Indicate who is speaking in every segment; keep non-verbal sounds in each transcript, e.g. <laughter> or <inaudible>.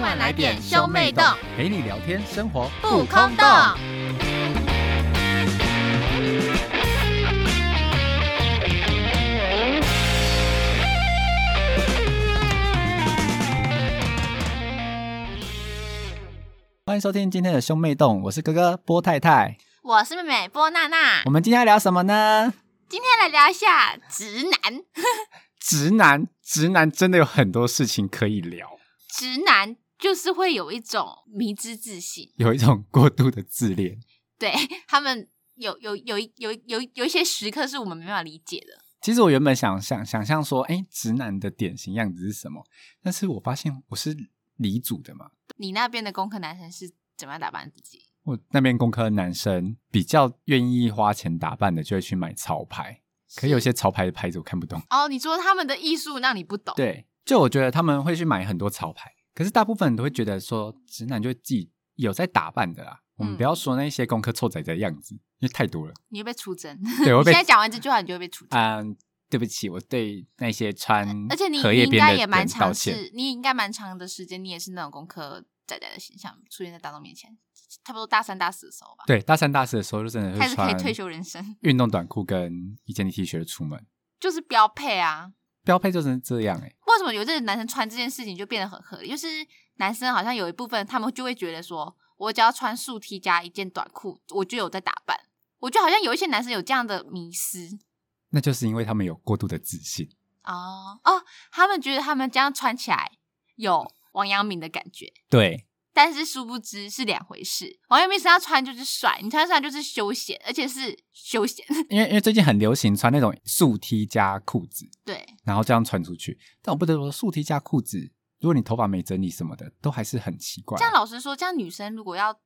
Speaker 1: 快来点兄妹洞，
Speaker 2: 陪你聊天，生活
Speaker 1: 不空洞。
Speaker 2: 欢迎收听今天的兄妹洞，我是哥哥波太太。
Speaker 1: 我是妹妹波娜娜
Speaker 2: 我，们今天要聊什么呢？
Speaker 1: 今天来聊一下直男，
Speaker 2: 直男，直男真的有很多事情可以聊，
Speaker 1: 直男就是会有一种迷之自信，
Speaker 2: 有一种过度的自恋。
Speaker 1: 对他们有有有一有有有一些时刻是我们没办法理解的。
Speaker 2: 其实我原本想想想象说，哎，直男的典型样子是什么？但是我发现我是理组的嘛，
Speaker 1: 你那边的工科男生是怎么样打扮自己？
Speaker 2: 我那边工科的男生比较愿意花钱打扮的，就会去买潮牌，可有些潮牌的牌子我看不懂。
Speaker 1: 哦，你说他们的艺术让你不懂，
Speaker 2: 对，就我觉得他们会去买很多潮牌，可是大部分人都会觉得说，直男就自己有在打扮的啦。我们不要说那些工科臭仔仔的样子，因为太多了。
Speaker 1: 你会被出征。
Speaker 2: 对，我
Speaker 1: <laughs> 你
Speaker 2: 被
Speaker 1: 现在讲完这句话，你就会被出征。
Speaker 2: 嗯，对不起，我对那些穿
Speaker 1: 而且你
Speaker 2: 嗯荷
Speaker 1: 你
Speaker 2: 叶
Speaker 1: 应
Speaker 2: 边
Speaker 1: 该
Speaker 2: 的
Speaker 1: 也蛮
Speaker 2: 人道
Speaker 1: 长
Speaker 2: 歉。
Speaker 1: 是，你应该蛮长的时间，你也是那种工科仔仔的形象出现在大众面前，差不多大三大四的时候吧，
Speaker 2: 对，大三大四的时候就真的
Speaker 1: 开
Speaker 2: 会
Speaker 1: 始可以
Speaker 2: 穿
Speaker 1: 退休人生， <laughs>
Speaker 2: 运动短裤跟一件 T 恤就出门，
Speaker 1: 就是标配啊。
Speaker 2: 标配就是这样哎、
Speaker 1: 为什么有这个男生穿这件事情就变得很合理？就是男生好像有一部分他们就会觉得说，我只要穿素 T 加一件短裤，我就有在打扮。我觉得好像有一些男生有这样的迷失
Speaker 2: 那就是因为他们有过度的自信。
Speaker 1: 哦哦，他们觉得他们这样穿起来有王阳明的感觉，
Speaker 2: 对，
Speaker 1: 但是殊不知是两回事。王阳明身上穿就是帅，你穿上就是休闲，而且是休闲。 <laughs>
Speaker 2: 因为因为最近很流行穿那种素 T 加裤子，
Speaker 1: 对，
Speaker 2: 然后这样穿出去。但我不得不说，素 T 加裤子，如果你头发没整理什么的，都还是很奇怪
Speaker 1: 这。样老实说，这样女生如果要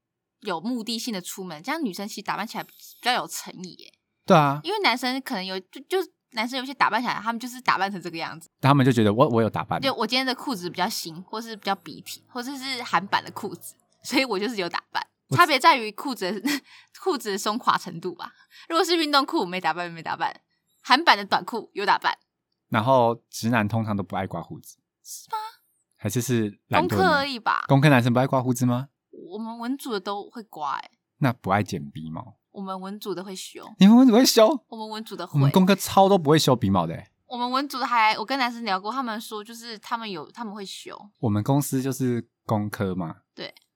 Speaker 1: 有目的性的出门，这样女生其实打扮起来比较有诚意耶。
Speaker 2: 对啊，
Speaker 1: 因为男生可能有就就男生有些打扮起来，他们就是打扮成这个样子。
Speaker 2: 他们就觉得我我有打扮，
Speaker 1: 就我今天的裤子比较新，或是比较笔挺，或者是韩版的裤子，所以我就是有打扮。
Speaker 2: 我
Speaker 1: 差别在于裤子的 <laughs> 裤子的松垮程度吧。如果是运动裤，没打扮没打扮；韩版的短裤有打扮。
Speaker 2: 然后直男通常都不爱刮胡子，是吗？还是是懒
Speaker 1: 功
Speaker 2: 惰
Speaker 1: 课而
Speaker 2: 呢？
Speaker 1: 已吧。
Speaker 2: 工科男生不爱刮胡子吗？
Speaker 1: 我们文组的都会刮、欸，
Speaker 2: 那不爱剪鼻毛？
Speaker 1: 我们文组的会修，
Speaker 2: 你们怎么会修？
Speaker 1: 我们文组的
Speaker 2: 我
Speaker 1: 会，
Speaker 2: 们工科超都不会修鼻毛的欸、
Speaker 1: 我们文组的还，我跟男生聊过，他们说就是他们有他们会修，
Speaker 2: 我们公司就是工科嘛，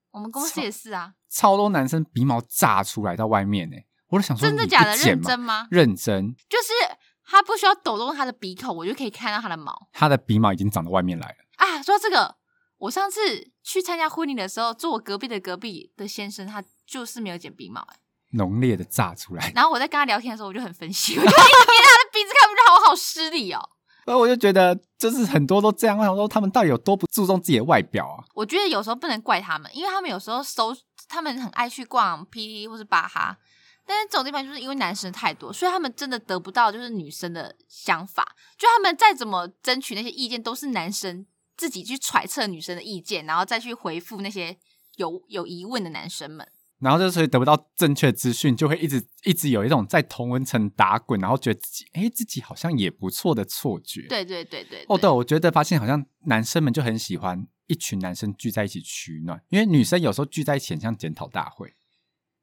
Speaker 1: 我们公司
Speaker 2: 操
Speaker 1: 也是啊，
Speaker 2: 超多男生鼻毛炸出来到外面呢、我都想说
Speaker 1: 真的
Speaker 2: 你
Speaker 1: 假
Speaker 2: 不
Speaker 1: 的？
Speaker 2: 剪
Speaker 1: 认
Speaker 2: 吗
Speaker 1: 真吗？
Speaker 2: 认真，
Speaker 1: 就是他不需要抖动他的鼻孔，我就可以看到他的毛
Speaker 2: 他的鼻毛已经长到外面来了。
Speaker 1: 啊。说到这个，我上次去参加婚礼的时候，坐我隔壁的隔壁的先生，他就是没有剪鼻毛、欸，
Speaker 2: 浓烈的炸出来，
Speaker 1: 然后我在跟他聊天的时候，我就很分析，我就一直捏他的鼻子看不到，我好失礼哦。
Speaker 2: 而我就觉得就是很多都这样，我想说他们到底有多不注重自己的外表啊？
Speaker 1: 我觉得有时候不能怪他们，因为他们有时候搜，他们很爱去逛 PT 或是巴哈，但是这种地方就是因为男生太多，所以他们真的得不到就是女生的想法，就他们再怎么争取那些意见，都是男生自己去揣测女生的意见，然后再去回复那些有有疑问的男生们。
Speaker 2: 然后就是所以得不到正确资讯，就会一直一直有一种在同温层打滚，然后觉得自己哎自己好像也不错的错觉。，
Speaker 1: 对对对对
Speaker 2: 哦对，我觉得发现好像男生们就很喜欢一群男生聚在一起取暖，因为女生有时候聚在一起很像检讨大会，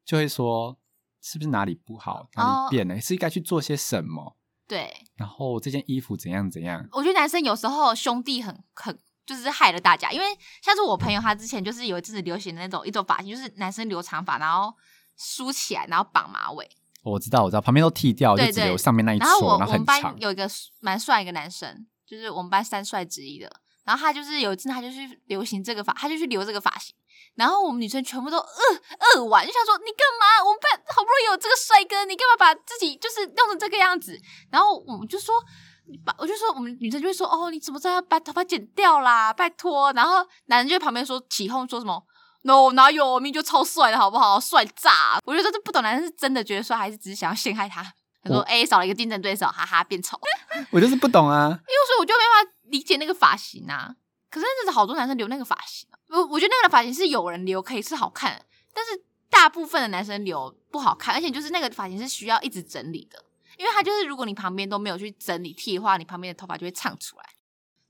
Speaker 2: 就会说是不是哪里不好，哪
Speaker 1: 哦
Speaker 2: 里变了，是该去做些什么，
Speaker 1: 对，
Speaker 2: 然后这件衣服怎样怎样。
Speaker 1: 我觉得男生有时候兄弟很很就是害了大家，因为像是我朋友他之前就是有一阵子流行的那种一种发型，就是男生留长发，然后梳起来，然后绑马尾。
Speaker 2: 哦我知道，我知道，旁边都剃掉，
Speaker 1: 对
Speaker 2: 就只
Speaker 1: 对
Speaker 2: 留上面那一撮，
Speaker 1: 然后我我们
Speaker 2: 很
Speaker 1: 班
Speaker 2: 长。
Speaker 1: 有一个蛮帅一个男生，就是我们班三帅之一的，然后他就是有一阵他就去流行这个发，他就去留这个发型。然后我们女生全部都扼扼腕，就想说你干嘛？我们班好不容易有这个帅哥，你干嘛把自己就是弄成这个样子？然后我们就说，把我就说我们女生就会说，哦，你怎么这样把头发剪掉啦？拜托。然后男人就在旁边说起哄说什么，no 哪有，明明就超帅的好不好？帅炸！我觉得这不懂男生是真的觉得帅，还是只是想要陷害他。他说
Speaker 2: 我
Speaker 1: 哎，少了一个竞争对手，哈哈，变丑。
Speaker 2: 我就是不懂啊，
Speaker 1: 因为所以我就没办法理解那个发型啊。可是那阵子好多男生留那个发型、啊，我我觉得那个发型是有人留可以是好看的，但是大部分的男生留不好看，而且就是那个发型是需要一直整理的，因为它就是如果你旁边都没有去整理剃的话，你旁边的头发就会唱出来。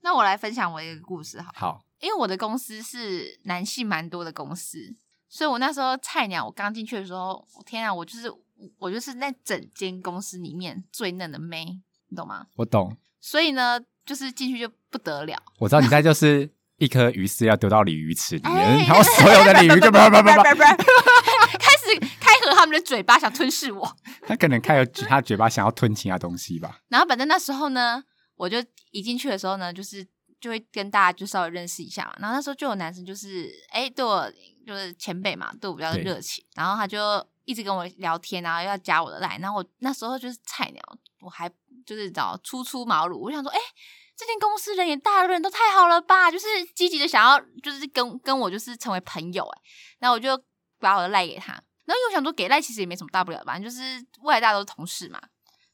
Speaker 1: 那我来分享我一个故事好了，
Speaker 2: 好，
Speaker 1: 因为我的公司是男性蛮多的公司，所以我那时候菜鸟，我刚进去的时候，天啊，我就是我就是那整间公司里面最嫩的妹，你懂吗？
Speaker 2: 我懂，
Speaker 1: 所以呢，就是进去就不得了，
Speaker 2: 我知道你现在就是一颗鱼饲料丢到鲤鱼池里面，
Speaker 1: 哎
Speaker 2: 然后所有的鲤鱼就叭叭叭
Speaker 1: <laughs>
Speaker 2: 叭，
Speaker 1: 开始开合他们的嘴巴，想吞噬我。
Speaker 2: 它可能开了它的嘴巴想要吞其他东西吧。
Speaker 1: 然后反正那时候呢，我就一进去的时候呢，就是就会跟大家就稍微认识一下嘛。然后那时候就有男生就是哎对我就是前辈嘛，对我比较
Speaker 2: 对
Speaker 1: 热情，然后他就一直跟我聊天，然后要加我的赖。然后我那时候就是菜鸟，我还就是找初出茅庐，我想说哎。这间公司人也大，人都太好了吧？就是积极的想要，就是跟跟我就是成为朋友哎、然后我就把我的赖给他，然后又想说给赖其实也没什么大不了吧，反正就是未来大家都是同事嘛，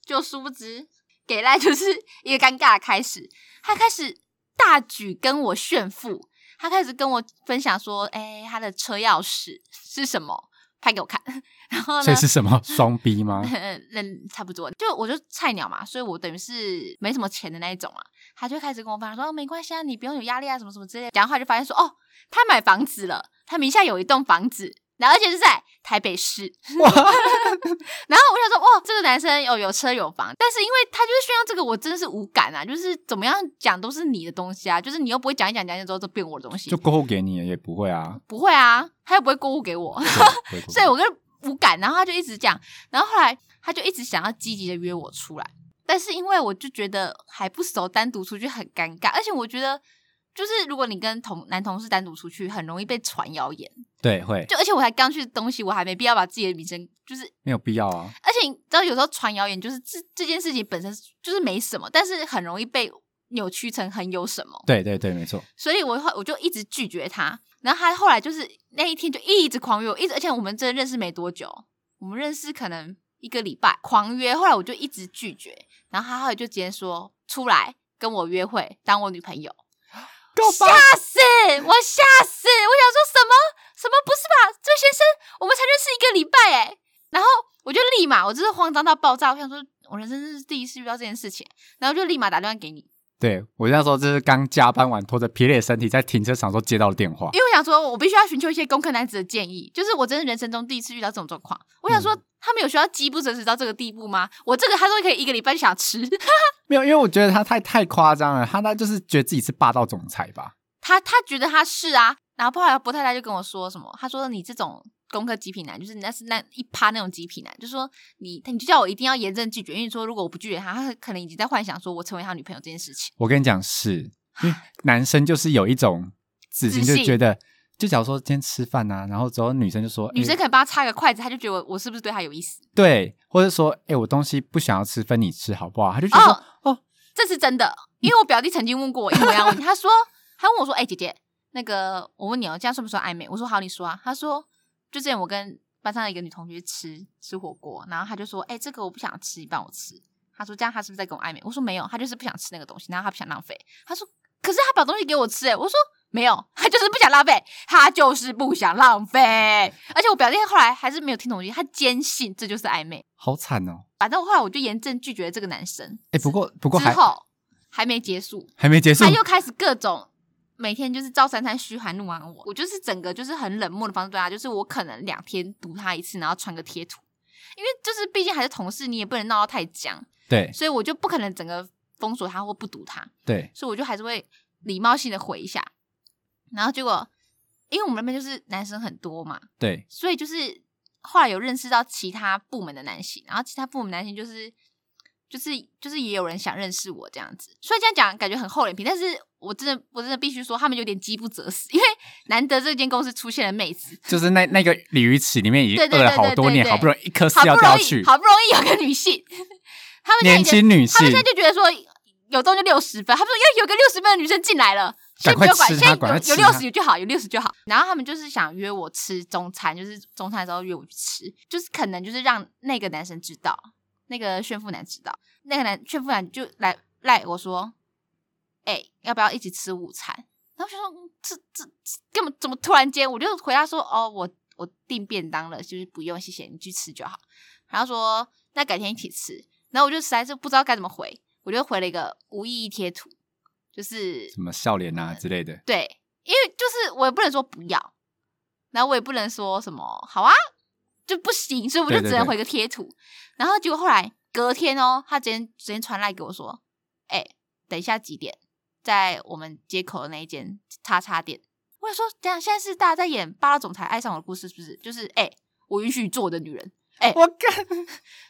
Speaker 1: 就殊不知给赖就是 <laughs> 一个尴尬的开始，他开始大举跟我炫富，他开始跟我分享说，哎、他的车钥匙是什么，拍给我看， <laughs> 然后呢
Speaker 2: 所以。是什么双逼
Speaker 1: <laughs>
Speaker 2: 吗？
Speaker 1: 那差不多，就我就菜鸟嘛，所以我等于是没什么钱的那一种啊。他就开始跟我分享说、哦，没关系啊，你不用有压力啊，什么什么之类的。讲话就发现说，哦，他买房子了，他名下有一栋房子，然后而且是在台北市。 <laughs> 然后我想说，哇，这个男生有有车有房，但是因为他就是炫耀这个，我真的是无感啊，就是怎么样讲都是你的东西啊，就是你又不会讲一讲讲一讲之后就变我的东西
Speaker 2: 就，过户给你也不
Speaker 1: <laughs>
Speaker 2: 会啊，
Speaker 1: 不会啊，他又不会过户给我。
Speaker 2: 对不会
Speaker 1: 所以我就无感，然后他就一直讲，然后后来他就一直想要积极的约我出来，但是因为我就觉得还不熟，单独出去很尴尬，而且我觉得就是如果你跟同男同事单独出去，很容易被传谣言，
Speaker 2: 对会
Speaker 1: 就而且我才刚去的东西，我还没必要把自己的名声就是，
Speaker 2: 没有必要啊。
Speaker 1: 而且你知道有时候传谣言就是这这件事情本身就是没什么，但是很容易被扭曲成很有什么，
Speaker 2: 对对对，没错，
Speaker 1: 所以我后我就一直拒绝他。然后他后来就是那一天就一直狂约我，一直而且我们真的认识没多久，我们认识可能一个礼拜，狂约。后来我就一直拒绝，然后他后来就直接说出来跟我约会，当我女朋友。
Speaker 2: 够吧？
Speaker 1: 吓死我！吓死！我想说什么什么不是吧？这位先生，我们才认识一个礼拜哎，然后我就立马，我真是慌张到爆炸。我想说，我人生是第一次遇到这件事情，然后就立马打电话给你，
Speaker 2: 对我那时候就是刚加班完，拖着疲累的身体在停车场的时候接到了电话，
Speaker 1: 因为我想说，我必须要寻求一些功课男子的建议。就是我真的人生中第一次遇到这种状况，我想说，他们有需要饥不择食到这个地步吗？我这个他都可以一个礼拜就想吃，
Speaker 2: 没有，因为我觉得他太太夸张了，他那就是觉得自己是霸道总裁吧？
Speaker 1: 他他觉得他是啊。然后后来波太太就跟我说什么，他说你这种功课极品男，就是你那是那一趴那种极品男，就说你你就叫我一定要严正拒绝，因为你说如果我不拒绝他，他可能已经在幻想说我成为他女朋友这件事情。
Speaker 2: 我跟你讲是，因为男生就是有一种自信，
Speaker 1: 啊自信
Speaker 2: 就觉得，就假如说今天吃饭啊，然后之后女生就说，
Speaker 1: 女生
Speaker 2: 哎
Speaker 1: 可能帮他插个筷子，他就觉得我我是不是对他有意思？
Speaker 2: 对，或者说，哎、我东西不想要吃，分你吃好不好？他就觉得说，哦，
Speaker 1: 这是真的，因为我表弟曾经问过我一模一样的问题，他说，他问我说，哎、姐姐，那个我问你哦，这样算不算暧昧？我说好，你说啊。他说，就之前我跟班上的一个女同学吃吃火锅，然后他就说，哎、这个我不想吃，你帮我吃。他说这样他是不是在跟我暧昧？我说没有，他就是不想吃那个东西，然后他不想浪费。他说，可是他把东西给我吃、哎，我说。没有，他就是不想浪费，他就是不想浪费。而且我表弟后来还是没有听懂，他坚信这就是暧昧。
Speaker 2: 好惨哦。
Speaker 1: 反正后来我就严正拒绝了这个男生。
Speaker 2: 哎、不过不过还
Speaker 1: 之后还没结束，
Speaker 2: 还没结束
Speaker 1: 他，又开始各种每天就是赵珊珊嘘寒怒完我，我就是整个就是很冷漠的方式对他，就是我可能两天读他一次，然后传个贴图，因为就是毕竟还是同事，你也不能闹到太僵，
Speaker 2: 对
Speaker 1: 所以我就不可能整个封锁他或不读他，
Speaker 2: 对，
Speaker 1: 所以我就还是会礼貌性的回一下，然后结果因为我们那边就是男生很多嘛，
Speaker 2: 对，
Speaker 1: 所以就是后来有认识到其他部门的男性，然后其他部门男性就是就是就是也有人想认识我这样子，所以这样讲感觉很厚脸皮，但是我真的我真的必须说，他们有点饥不择食， <laughs> 因为难得这间公司出现了妹子，
Speaker 2: 就是那那个鲤鱼池里面已经
Speaker 1: 对对
Speaker 2: 饿了
Speaker 1: 对
Speaker 2: 好
Speaker 1: 对
Speaker 2: 多
Speaker 1: 对
Speaker 2: 年，
Speaker 1: 对
Speaker 2: 好不容易一颗饲
Speaker 1: 好
Speaker 2: 料
Speaker 1: 不
Speaker 2: 掉
Speaker 1: 容
Speaker 2: 下去
Speaker 1: 易，好不容易有个女性， <laughs> 他们现在
Speaker 2: 年
Speaker 1: 已经
Speaker 2: 轻女
Speaker 1: 他
Speaker 2: 性
Speaker 1: 们现在就觉得说有动就六十分，他们说要有个六十分的女生进来了。先
Speaker 2: 赶
Speaker 1: 不要
Speaker 2: 快
Speaker 1: 管，
Speaker 2: 吃
Speaker 1: 现
Speaker 2: 她
Speaker 1: 在
Speaker 2: 赶快
Speaker 1: 有有
Speaker 2: 吃她
Speaker 1: 六十就好，有六十就好。然后他们就是想约我吃中餐，就是中餐的时候约我去吃，就是可能就是让那个男生知道，那个炫富男知道，那个男炫富男就来赖我说，哎、要不要一起吃午餐？然后就说嗯这这这根本怎么突然间，我就回答说哦，我我订便当了，就是不用谢谢，你去吃就好。然后说那改天一起吃，然后我就实在是不知道该怎么回，我就回了一个无意义贴图，就是
Speaker 2: 什么笑脸啊之类的，
Speaker 1: 对，因为就是我也不能说不要，然后我也不能说什么好啊，就不行，所以我就
Speaker 2: 对对
Speaker 1: 只能
Speaker 2: 对
Speaker 1: 回个贴图。然后结果后来隔天哦，他直接直接传来给我说，哎、等一下几点，在我们街口的那一间叉叉店。我想说，等一下现在是大家在演霸道总裁爱上我的故事，是不是？就是哎、我允许你做我的女人。
Speaker 2: 我干，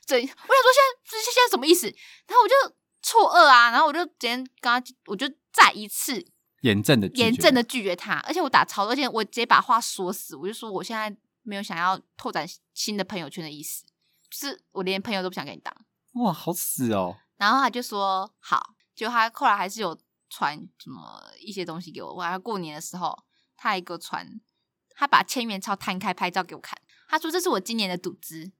Speaker 1: 这我想说现在这现在什么意思？然后我就错愕啊，然后我就直接跟他，我就再一次
Speaker 2: 严正的拒绝
Speaker 1: 严正的拒绝他，而且我打超多，而且我直接把话说死，我就说我现在没有想要拓展新的朋友圈的意思，就是我连朋友都不想跟你当。
Speaker 2: 哇，好死哦！
Speaker 1: 然后他就说好，就他后来还是有传什么一些东西给我，我还过年的时候他还给我传，他把千元钞摊开拍照给我看，他说这是我今年的赌资，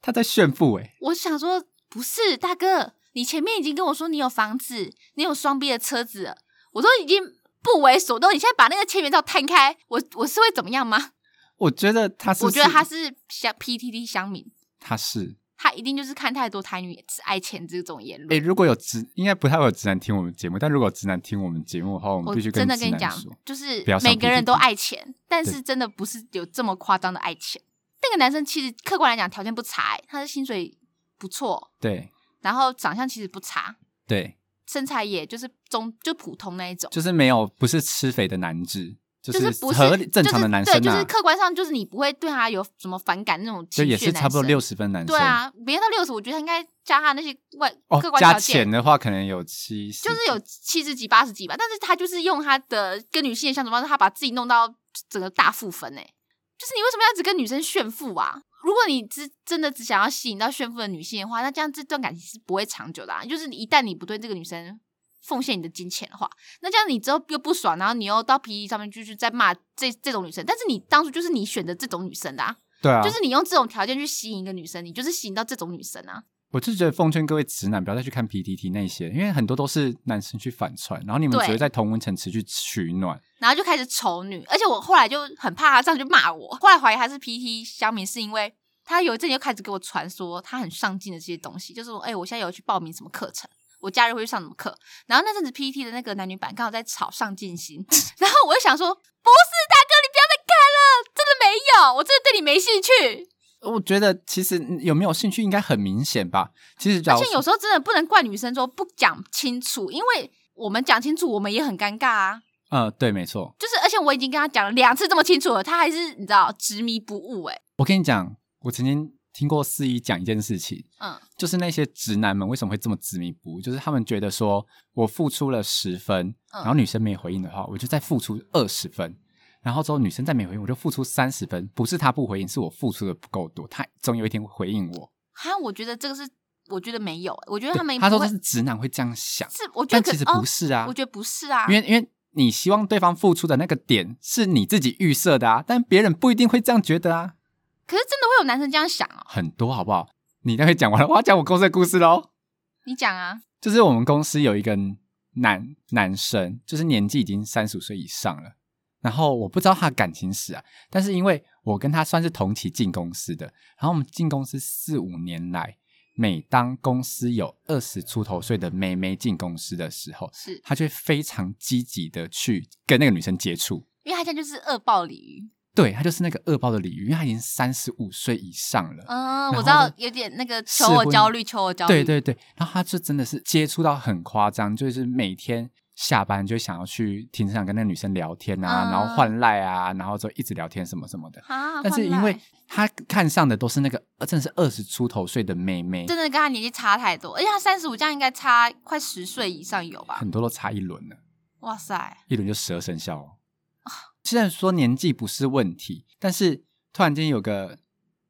Speaker 2: 他在炫富哎、
Speaker 1: 我想说，不是大哥，你前面已经跟我说你有房子，你有双 B 的车子了，我都已经不为所动。你现在把那个千元照摊开，我我是会怎么样吗？
Speaker 2: 我觉得他是，
Speaker 1: 我觉得他是像 PTT 乡民，
Speaker 2: 他是
Speaker 1: 他一定就是看太多台女只爱钱这种言论。
Speaker 2: 哎、如果有直，应该不太会有直男听我们节目，但如果有直男听我们节目的话，我们
Speaker 1: 我
Speaker 2: 必须
Speaker 1: 真的
Speaker 2: 直
Speaker 1: 跟你
Speaker 2: 男
Speaker 1: 讲
Speaker 2: 说，，
Speaker 1: 就是
Speaker 2: 不要上
Speaker 1: 每个人
Speaker 2: PTT
Speaker 1: 都爱钱，但
Speaker 2: 对
Speaker 1: 是真的不是有这么夸张的爱钱。那个男生其实客观来讲条件不差、欸，他的薪水不错，
Speaker 2: 对
Speaker 1: 然后长相其实不差，
Speaker 2: 对，
Speaker 1: 身材也就是中就普通那一种。
Speaker 2: 就是没有不是吃肥的男子，就
Speaker 1: 就是不是
Speaker 2: 合理正常的男生
Speaker 1: 就是，对，就
Speaker 2: 啊，
Speaker 1: 是客观上就是你不会对他有什么反感那种情绪
Speaker 2: 就
Speaker 1: 的
Speaker 2: 也
Speaker 1: 男生。
Speaker 2: 是差不多六十分男生，
Speaker 1: 对啊，别到六十，我觉得他应该加他那些外、
Speaker 2: 哦
Speaker 1: 客，观条
Speaker 2: 加
Speaker 1: 件
Speaker 2: 钱，的话可能有七十，
Speaker 1: 就是有七十几、八十几吧。但是他就是用他的跟女性的相处方式，他把自己弄到整个大负分哎、就是你为什么要只跟女生炫富啊？如果你只真的只想要吸引到炫富的女性的话，那这样这段感情是不会长久的、啊。就是一旦你不对这个女生奉献你的金钱的话，那这样你之后又不爽，然后你又到 PE 上面继续再骂这这种女生。但是你当初就是你选择这种女生的、啊，
Speaker 2: 对啊，
Speaker 1: 就是你用这种条件去吸引一个女生，你就是吸引到这种女生啊。
Speaker 2: 我就觉得奉劝各位直男不要再去看 PTT 那些，因为很多都是男生去反串，然后你们
Speaker 1: 对
Speaker 2: 只会在同温层持续取暖。
Speaker 1: 然后就开始丑女，而且我后来就很怕他这样就骂我，后来怀疑他是 PT 乡民，是因为他有一阵就开始给我传说他很上进的这些东西，就是说，哎、我现在有去报名什么课程，我假日会去上什么课。然后那阵子 PT 的那个男女版刚好在炒上进心， <laughs> 然后我就想说，不是大哥，你不要再看了，真的没有，我真的对你没兴趣。
Speaker 2: 我觉得其实嗯有没有兴趣应该很明显吧。其实假
Speaker 1: 而
Speaker 2: 如
Speaker 1: 且有时候真的不能怪女生说不讲清楚，因为我们讲清楚，我们也很尴尬啊。
Speaker 2: 呃，对，没错。
Speaker 1: 就是，而且我已经跟他讲了两次这么清楚了，他还是你知道执迷不悟、哎。
Speaker 2: 我跟你讲，我曾经听过四一讲一件事情，
Speaker 1: 嗯
Speaker 2: 就是那些直男们为什么会这么执迷不悟，就是他们觉得说我付出了十分，
Speaker 1: 嗯
Speaker 2: 然后女生没回应的话，我就再付出二十分。然后之后女生再没回应，我就付出三十分。不是她不回应，是我付出的不够多。她总有一天会回应我。
Speaker 1: 哈，我觉得这个是，我觉得没有欸，我觉得他们
Speaker 2: 他
Speaker 1: 不
Speaker 2: 说
Speaker 1: 会
Speaker 2: 这是直男会这样想，
Speaker 1: 是，我觉
Speaker 2: 但
Speaker 1: 得可
Speaker 2: 其实
Speaker 1: 哦
Speaker 2: 不是啊，
Speaker 1: 我觉得不是啊，
Speaker 2: 因为因为你希望对方付出的那个点是你自己预设的啊，但别人不一定会这样觉得啊，
Speaker 1: 可是真的会有男生这样想哦，
Speaker 2: 很多好不好？你待会讲完了，我要讲我公司的故事喽。
Speaker 1: 你讲啊，
Speaker 2: 就是我们公司有一个男男生，就是年纪已经三十岁以上了。然后我不知道他的感情史啊，但是因为我跟他算是同期进公司的，然后我们进公司四五年来，每当公司有二十出头岁的妹妹进公司的时候，
Speaker 1: 是
Speaker 2: 他就会非常积极的去跟那个女生接触。
Speaker 1: 因为他这样就是恶暴鲤鱼，
Speaker 2: 对他就是那个恶报的鲤鱼，因为他已经三十五岁以上了。
Speaker 1: 嗯，我
Speaker 2: 后
Speaker 1: 知道
Speaker 2: 呢
Speaker 1: 有点那个
Speaker 2: 适
Speaker 1: 求我
Speaker 2: 婚
Speaker 1: 焦虑，求我焦虑，
Speaker 2: 对，对对，然后他就真的是接触到很夸张，就是每天下班就想要去停车场跟那个女生聊天
Speaker 1: 嗯
Speaker 2: 啊，然后换赖啊，然后就一直聊天什么什么的。
Speaker 1: 啊，
Speaker 2: 但
Speaker 1: 换
Speaker 2: 是因为
Speaker 1: 赖
Speaker 2: 他看上的都是那个呃真的是二十出头岁的妹妹，
Speaker 1: 真的跟他年纪差太多，而且他三十五，这样应该差快十岁以上有吧？
Speaker 2: 很多都差一轮了，
Speaker 1: 哇塞，
Speaker 2: 一轮就十二生肖哦。
Speaker 1: 啊
Speaker 2: 虽然说年纪不是问题，但是突然间有个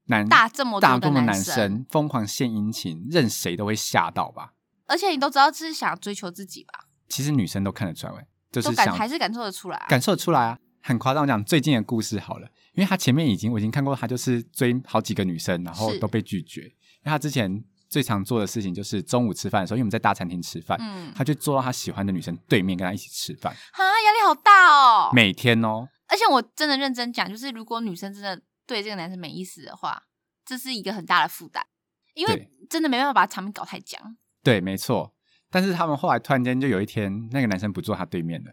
Speaker 2: 男
Speaker 1: 大这么
Speaker 2: 大
Speaker 1: 多
Speaker 2: 部
Speaker 1: 的
Speaker 2: 分男
Speaker 1: 生，
Speaker 2: 生疯狂献殷勤，任谁都会吓到吧？
Speaker 1: 而且你都知道这是想追求自己吧，
Speaker 2: 其实女生都看得出来，就
Speaker 1: 都
Speaker 2: 是
Speaker 1: 感
Speaker 2: 想
Speaker 1: 还是感受得出来啊，
Speaker 2: 感受出来啊，很夸张。我讲最近的故事好了，因为他前面已经我已经看过，他就是追好几个女生，然后
Speaker 1: 是
Speaker 2: 都被拒绝。因为他之前最常做的事情就是中午吃饭的时候，因为我们在大餐厅吃饭，
Speaker 1: 嗯，
Speaker 2: 他就坐到他喜欢的女生对面跟他一起吃饭，
Speaker 1: 啊，压力好大哦，
Speaker 2: 每天哦，
Speaker 1: 而且我真的认真讲，就是如果女生真的对这个男生没意思的话，这是一个很大的负担，因为
Speaker 2: 对
Speaker 1: 真的没办法把场面搞太僵。
Speaker 2: 对，没错。但是他们后来突然间就有一天，那个男生不坐他对面了，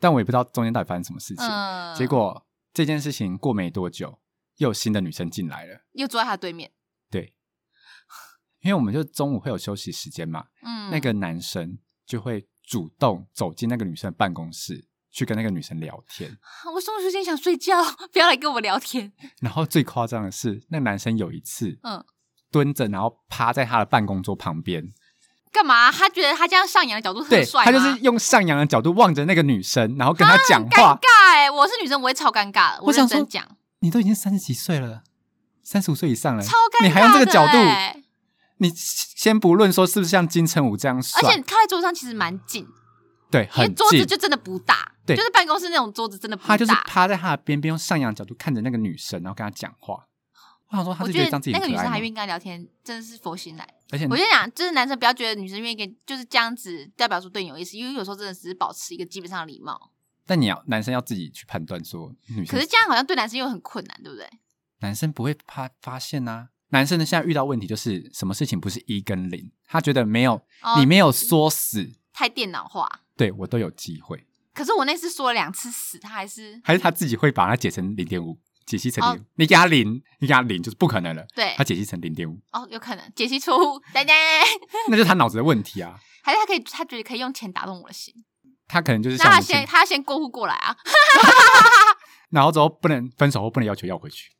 Speaker 2: 但我也不知道中间到底发生什么事情。
Speaker 1: 嗯，
Speaker 2: 结果这件事情过没多久，又有新的女生进来了。
Speaker 1: 又坐在他对面， <laughs>
Speaker 2: 对，因为我们就中午会有休息时间嘛，
Speaker 1: 嗯，
Speaker 2: 那个男生就会主动走进那个女生的办公室，去跟那个女生聊天。
Speaker 1: 我中午休息想睡觉，不要来跟我聊天。
Speaker 2: 然后最夸张的是，那男生有一次
Speaker 1: 嗯，
Speaker 2: 蹲着，然后趴在他的办公桌旁边，
Speaker 1: 干嘛？他觉得他这样上扬的角度
Speaker 2: 对
Speaker 1: 很帅吗，
Speaker 2: 他就是用上扬的角度望着那个女生，然后跟她讲话。
Speaker 1: 尴尬哎、我是女生，我会超尴尬的。
Speaker 2: 我
Speaker 1: 认
Speaker 2: 想说
Speaker 1: 真讲，
Speaker 2: 你都已经三十几岁了，三十五岁以上了，
Speaker 1: 超尴尬的、欸。欸
Speaker 2: 你还用这个角度？你先不论说是不是像金城武这样
Speaker 1: 而且
Speaker 2: 帅，
Speaker 1: 靠在桌上其实蛮近，
Speaker 2: 对，
Speaker 1: 因为
Speaker 2: 很
Speaker 1: 桌子
Speaker 2: 近，
Speaker 1: 就真的不大，
Speaker 2: 对
Speaker 1: 就是办公室那种桌子真的不大。
Speaker 2: 他就是趴在他的边边，用上扬角度看着那个女生，然后跟她讲话。我想说，他
Speaker 1: 我
Speaker 2: 是
Speaker 1: 觉
Speaker 2: 这样自己
Speaker 1: 那
Speaker 2: 很
Speaker 1: 个
Speaker 2: 可
Speaker 1: 女生还
Speaker 2: 爱
Speaker 1: 愿意
Speaker 2: 吗，
Speaker 1: 跟他聊天，真的是佛心来。
Speaker 2: 而且
Speaker 1: 我就想，就是男生不要觉得女生愿意跟，就是这样子代表出对你有意思，因为有时候真的只是保持一个基本上的礼貌。
Speaker 2: 但你要男生要自己去判断说女
Speaker 1: 可
Speaker 2: 生
Speaker 1: 是，这样好像对男生又很困难，对不对？
Speaker 2: 男生不会发发现呐、男生呢，现在遇到问题就是什么事情不是一跟零，他觉得没有、
Speaker 1: 哦
Speaker 2: 你没有说死，
Speaker 1: 太电脑化。
Speaker 2: 对我都有机会，
Speaker 1: 可是我那次说了两次死，他还是
Speaker 2: 还是他自己会把它解成零点五，解析成
Speaker 1: 哦
Speaker 2: 零、你给他零，你给他零就是不可能了，
Speaker 1: 对
Speaker 2: 他解析成零
Speaker 1: <laughs>
Speaker 2: 点五，
Speaker 1: 哦，有可能解析错误，丹丹，
Speaker 2: 那就是他脑子的问题啊。
Speaker 1: <laughs> 还是他可以，他觉得可以用钱打动我的心，
Speaker 2: 他可能就是
Speaker 1: 那
Speaker 2: 像我
Speaker 1: 他
Speaker 2: 们前
Speaker 1: 先他先过户过来啊，
Speaker 2: 然后之后不能分手后不能要求要回去，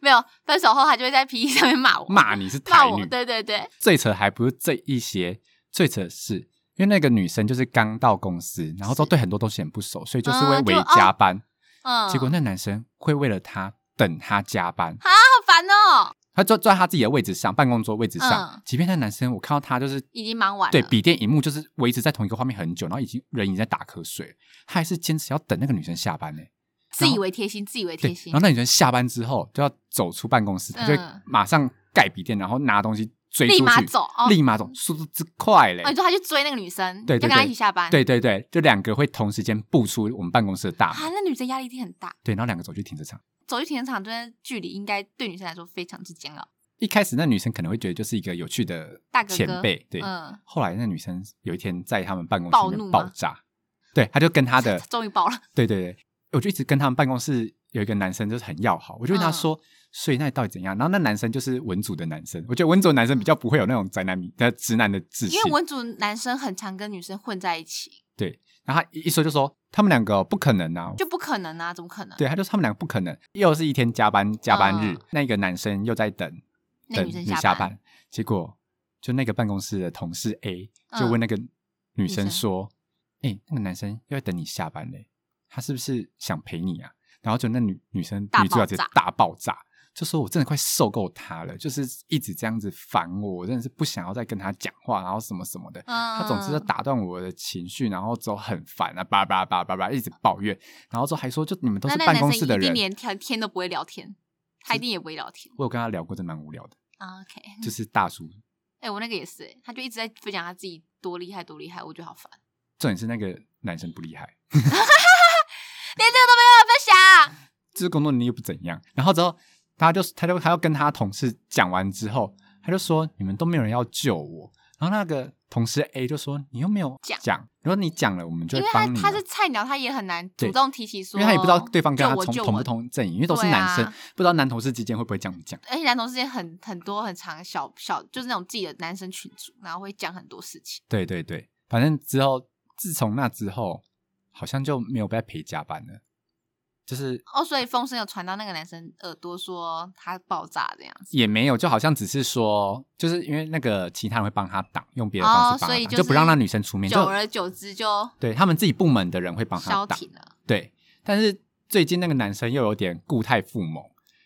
Speaker 1: 没有分手后他就会在 P E 上面骂我，
Speaker 2: 骂你是
Speaker 1: 骂
Speaker 2: 台
Speaker 1: 我，
Speaker 2: 女。
Speaker 1: 对对对，
Speaker 2: 最扯还不是这一些，最扯的是因为那个女生就是刚到公司，然后之后对很多东西很不熟，所以就是会
Speaker 1: 嗯就
Speaker 2: 为加班。
Speaker 1: 嗯，
Speaker 2: 结果那男生会为了她等她加班，
Speaker 1: 好烦哦，
Speaker 2: 他坐坐在他自己的位置上，办公桌位置上。
Speaker 1: 嗯
Speaker 2: 即便那男生，我看到他就是
Speaker 1: 已经忙完了，
Speaker 2: 对笔电荧幕就是维持在同一个画面很久，然后已经人已经在打瞌睡了，他还是坚持要等那个女生下班呢、
Speaker 1: 自以为贴心，自以为贴
Speaker 2: 对，
Speaker 1: 心
Speaker 2: 然后，那女生下班之后就要走出办公室，她就
Speaker 1: 嗯
Speaker 2: 马上盖笔电，然后拿东西追出去，
Speaker 1: 立马走哦
Speaker 2: 立马走，速度之快嘞
Speaker 1: 哦，！你说他去追那个女生，
Speaker 2: 对
Speaker 1: 要
Speaker 2: 对
Speaker 1: 跟他
Speaker 2: 对
Speaker 1: 一起下班，
Speaker 2: 对对对，就两个会同时间步出我们办公室的大
Speaker 1: 啊，
Speaker 2: 门，
Speaker 1: 那女生压力一定很大，
Speaker 2: 对，然后两个走去停车场。
Speaker 1: 走去停车场这段距离应该对女生来说非常之煎熬，
Speaker 2: 一开始那女生可能会觉得就是一个有趣的
Speaker 1: 大哥哥
Speaker 2: 前辈，对。
Speaker 1: 嗯，
Speaker 2: 后来那女生有一天在他们办公
Speaker 1: 暴
Speaker 2: 室里
Speaker 1: 怒
Speaker 2: 面
Speaker 1: 吗
Speaker 2: 爆炸，对，她就跟她的
Speaker 1: <laughs> 终于爆了，
Speaker 2: 对对对，我就一直跟他们办公室有一个男生就是很要好，我就问他
Speaker 1: 嗯
Speaker 2: 说，所以那你到底怎样？然后那男生就是文组的男生，我觉得文组的男生比较不会有那种宅男迷、呃直男的自信
Speaker 1: 因为。文组男生很常跟女生混在一起，
Speaker 2: 然后他一说就说他们两个不可能啊，
Speaker 1: 就不可能啊，怎么可能？
Speaker 2: 对，他就说他们两个不可能，又是一天加班加班日，
Speaker 1: 嗯
Speaker 2: 那个男生又在等
Speaker 1: 那
Speaker 2: 等
Speaker 1: 女生
Speaker 2: 你
Speaker 1: 下
Speaker 2: 下
Speaker 1: 班
Speaker 2: 班，结果就那个办公室的同事 A
Speaker 1: 嗯
Speaker 2: 就问那个女
Speaker 1: 女生
Speaker 2: 生说：“哎、那个男生又在等你下班嘞，他是不是想陪你啊？”然后就那女女生
Speaker 1: 大
Speaker 2: 女主角
Speaker 1: 爆
Speaker 2: 就
Speaker 1: 炸
Speaker 2: 大爆炸，就说我真的快受够他了，就是一直这样子烦我，我真的是不想要再跟他讲话，然后什么什么的。
Speaker 1: 嗯，
Speaker 2: 他总之就打断我的情绪，然后之后很烦啊，叭叭叭叭叭，一直抱怨，然后之后还说，就你们都
Speaker 1: 那
Speaker 2: 是
Speaker 1: 那
Speaker 2: 办
Speaker 1: 男
Speaker 2: 公
Speaker 1: 生
Speaker 2: 室的
Speaker 1: 一
Speaker 2: 人
Speaker 1: 定，连天天都不会聊天，他一定也不会聊天。
Speaker 2: 我有跟他聊过，真的蛮无聊的，
Speaker 1: 啊 OK，哎、
Speaker 2: <laughs> 就是大叔。
Speaker 1: 我那个也是、欸，他就一直在分享他自己多厉害多厉害，我觉得好烦，
Speaker 2: 重点是那个男生不厉害，
Speaker 1: 连这个都没有分享。
Speaker 2: 就是工作能力又不怎样。然后之后，他就他就他要跟他同事讲完之后，他就说你们都没有人要救我。然后那个同事 A 就说你又没有
Speaker 1: 讲
Speaker 2: 讲，如果你讲了，我 <laughs> 们就
Speaker 1: 因
Speaker 2: 会
Speaker 1: 为他
Speaker 2: 帮你啊。
Speaker 1: 他是菜鸟，他也很难主
Speaker 2: 对
Speaker 1: 动提起说，
Speaker 2: 因为他也不知道对方跟他
Speaker 1: 救我
Speaker 2: 同
Speaker 1: 救
Speaker 2: 同
Speaker 1: 我
Speaker 2: 不同阵营，因为都是
Speaker 1: 对
Speaker 2: 男生，
Speaker 1: 啊
Speaker 2: 不知道男同事之间会不会这样讲。
Speaker 1: 而且男同事间很很多很长小小，就是那种自己的男生群组，然后会讲很多事情。
Speaker 2: 对对对，反正之后自从那之后，好像就没有被陪加班了，就是
Speaker 1: 哦，所以风声有传到那个男生耳朵，说他爆炸这样子。
Speaker 2: 也没有，就好像只是说，就是因为那个其他人会帮他挡，用别的方
Speaker 1: 哦
Speaker 2: 式帮他挡，
Speaker 1: 所以
Speaker 2: 就
Speaker 1: 就是
Speaker 2: 不让那女生出面，
Speaker 1: 久
Speaker 2: 就
Speaker 1: 而久之就
Speaker 2: 对他们自己部门的人会帮他
Speaker 1: 消
Speaker 2: 挡。
Speaker 1: 停了。
Speaker 2: 对，但是最近那个男生又有点固态附猛，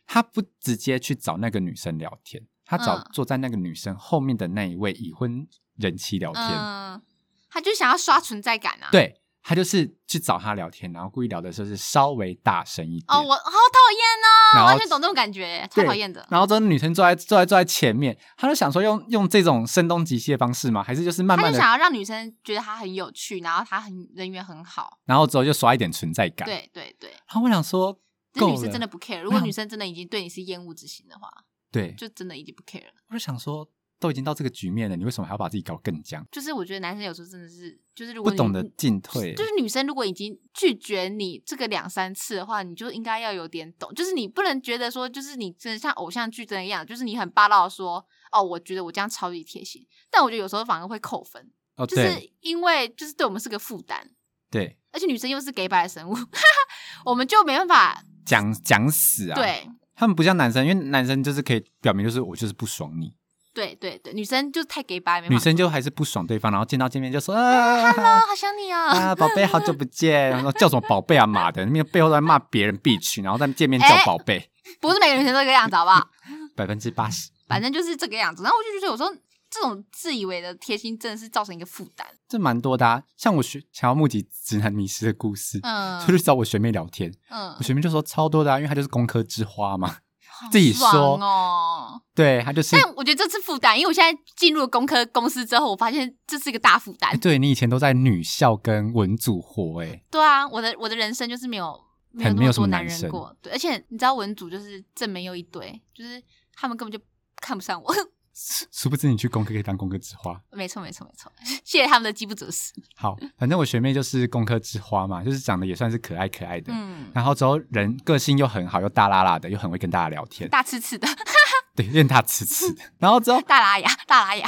Speaker 2: 他不直接去找那个女生聊天，他找
Speaker 1: 嗯
Speaker 2: 坐在那个女生后面的那一位已婚人妻聊天。
Speaker 1: 嗯，他就想要刷存在感啊。
Speaker 2: 对他就是去找他聊天，然后故意聊的时候是稍微大声一点。
Speaker 1: 哦，我好讨厌
Speaker 2: 然
Speaker 1: 哦，
Speaker 2: 后
Speaker 1: 完全懂这种感觉，超
Speaker 2: 对
Speaker 1: 讨厌的。
Speaker 2: 然后这女生坐在坐在坐在前面，他就想说用用这种声东击西的方式吗？还是就是慢
Speaker 1: 他
Speaker 2: 慢
Speaker 1: 就
Speaker 2: 的，
Speaker 1: 想要让女生觉得他很有趣，然后他很人缘很好。
Speaker 2: 然后之后就刷一点存在感。，
Speaker 1: 对对对，
Speaker 2: 然后我想说，
Speaker 1: 这
Speaker 2: 够
Speaker 1: 女生
Speaker 2: 了
Speaker 1: 真的不 care。如果
Speaker 2: 那
Speaker 1: 女生真的已经对你是厌恶之心的话，
Speaker 2: 对，
Speaker 1: 就真的已经不 care 了。
Speaker 2: 我就想说，都已经到这个局面了，你为什么还要把自己搞更僵？
Speaker 1: 就是我觉得男生有时候真的是，就是如
Speaker 2: 不
Speaker 1: 果
Speaker 2: 懂
Speaker 1: 你
Speaker 2: 得进退，
Speaker 1: 嗯就是女生如果已经拒绝你这个两三次的话，你就应该要有点懂，就是你不能觉得说，就是你真的像偶像剧真的一样，就是你很霸道地说，哦，我觉得我这样超级贴心，但我觉得有时候反而会扣分，
Speaker 2: 哦，
Speaker 1: 就
Speaker 2: 对
Speaker 1: 是因为就是对我们是个负担，
Speaker 2: 对，
Speaker 1: 而且女生又是给白的生物， <laughs> 我们就没办法
Speaker 2: 讲讲死啊！，
Speaker 1: 对。
Speaker 2: 他们不像男生，因为男生就是可以表明，就是我就是不爽你，
Speaker 1: 对对对，女生就太给白，没办
Speaker 2: 女
Speaker 1: 法。
Speaker 2: 生就还是不爽对方，然后见到见面就说啊
Speaker 1: 啊，好想你哦！
Speaker 2: 啊，宝贝，好久不见，然后叫什么宝贝啊，妈的，那边背后都在骂别人 bitch，然后在见面叫
Speaker 1: 哎
Speaker 2: 宝贝，
Speaker 1: 不是每个女生都这个样子，好不
Speaker 2: <laughs>
Speaker 1: 好？
Speaker 2: 百分之八十，
Speaker 1: 反正就是这个样子。然后我就觉得有时候这种自以为的贴心，真的是造成一个负担。
Speaker 2: 这蛮多的、啊。像我学想要募集直男迷失的故事，
Speaker 1: 嗯
Speaker 2: <laughs> 就去找我学妹聊天，
Speaker 1: 嗯
Speaker 2: 我，学妹就说超多的、啊，因为她就是工科之花嘛，
Speaker 1: 好
Speaker 2: 自己说
Speaker 1: 爽哦。
Speaker 2: 对，她就是。
Speaker 1: 但我觉得这是负担，因为我现在进入了工科公司之后，我发现这是一个大负担
Speaker 2: 哎。对你以前都在女校跟文组活、欸，
Speaker 1: 对啊，我的我的人生就是没有没有
Speaker 2: 很
Speaker 1: 那
Speaker 2: 没有
Speaker 1: 么
Speaker 2: 什么
Speaker 1: 多男
Speaker 2: 男
Speaker 1: 人
Speaker 2: 生
Speaker 1: 过。对，而且你知道文组就是正没有一堆，就是他们根本就看不上我。 <laughs>
Speaker 2: 殊不知你去工科可以当工科之花。
Speaker 1: 没错没错没错，谢谢他们的饥不择食。
Speaker 2: 好，反正我学妹就是工科之花嘛，就是长得也算是可爱可爱的，
Speaker 1: 嗯，
Speaker 2: 然后之后人个性又很好，又大拉拉的，又很会跟大家聊天，
Speaker 1: 大吃吃的，
Speaker 2: 对，练
Speaker 1: <laughs>
Speaker 2: 他吃吃的。然后之后，
Speaker 1: 大拉雅，大拉雅。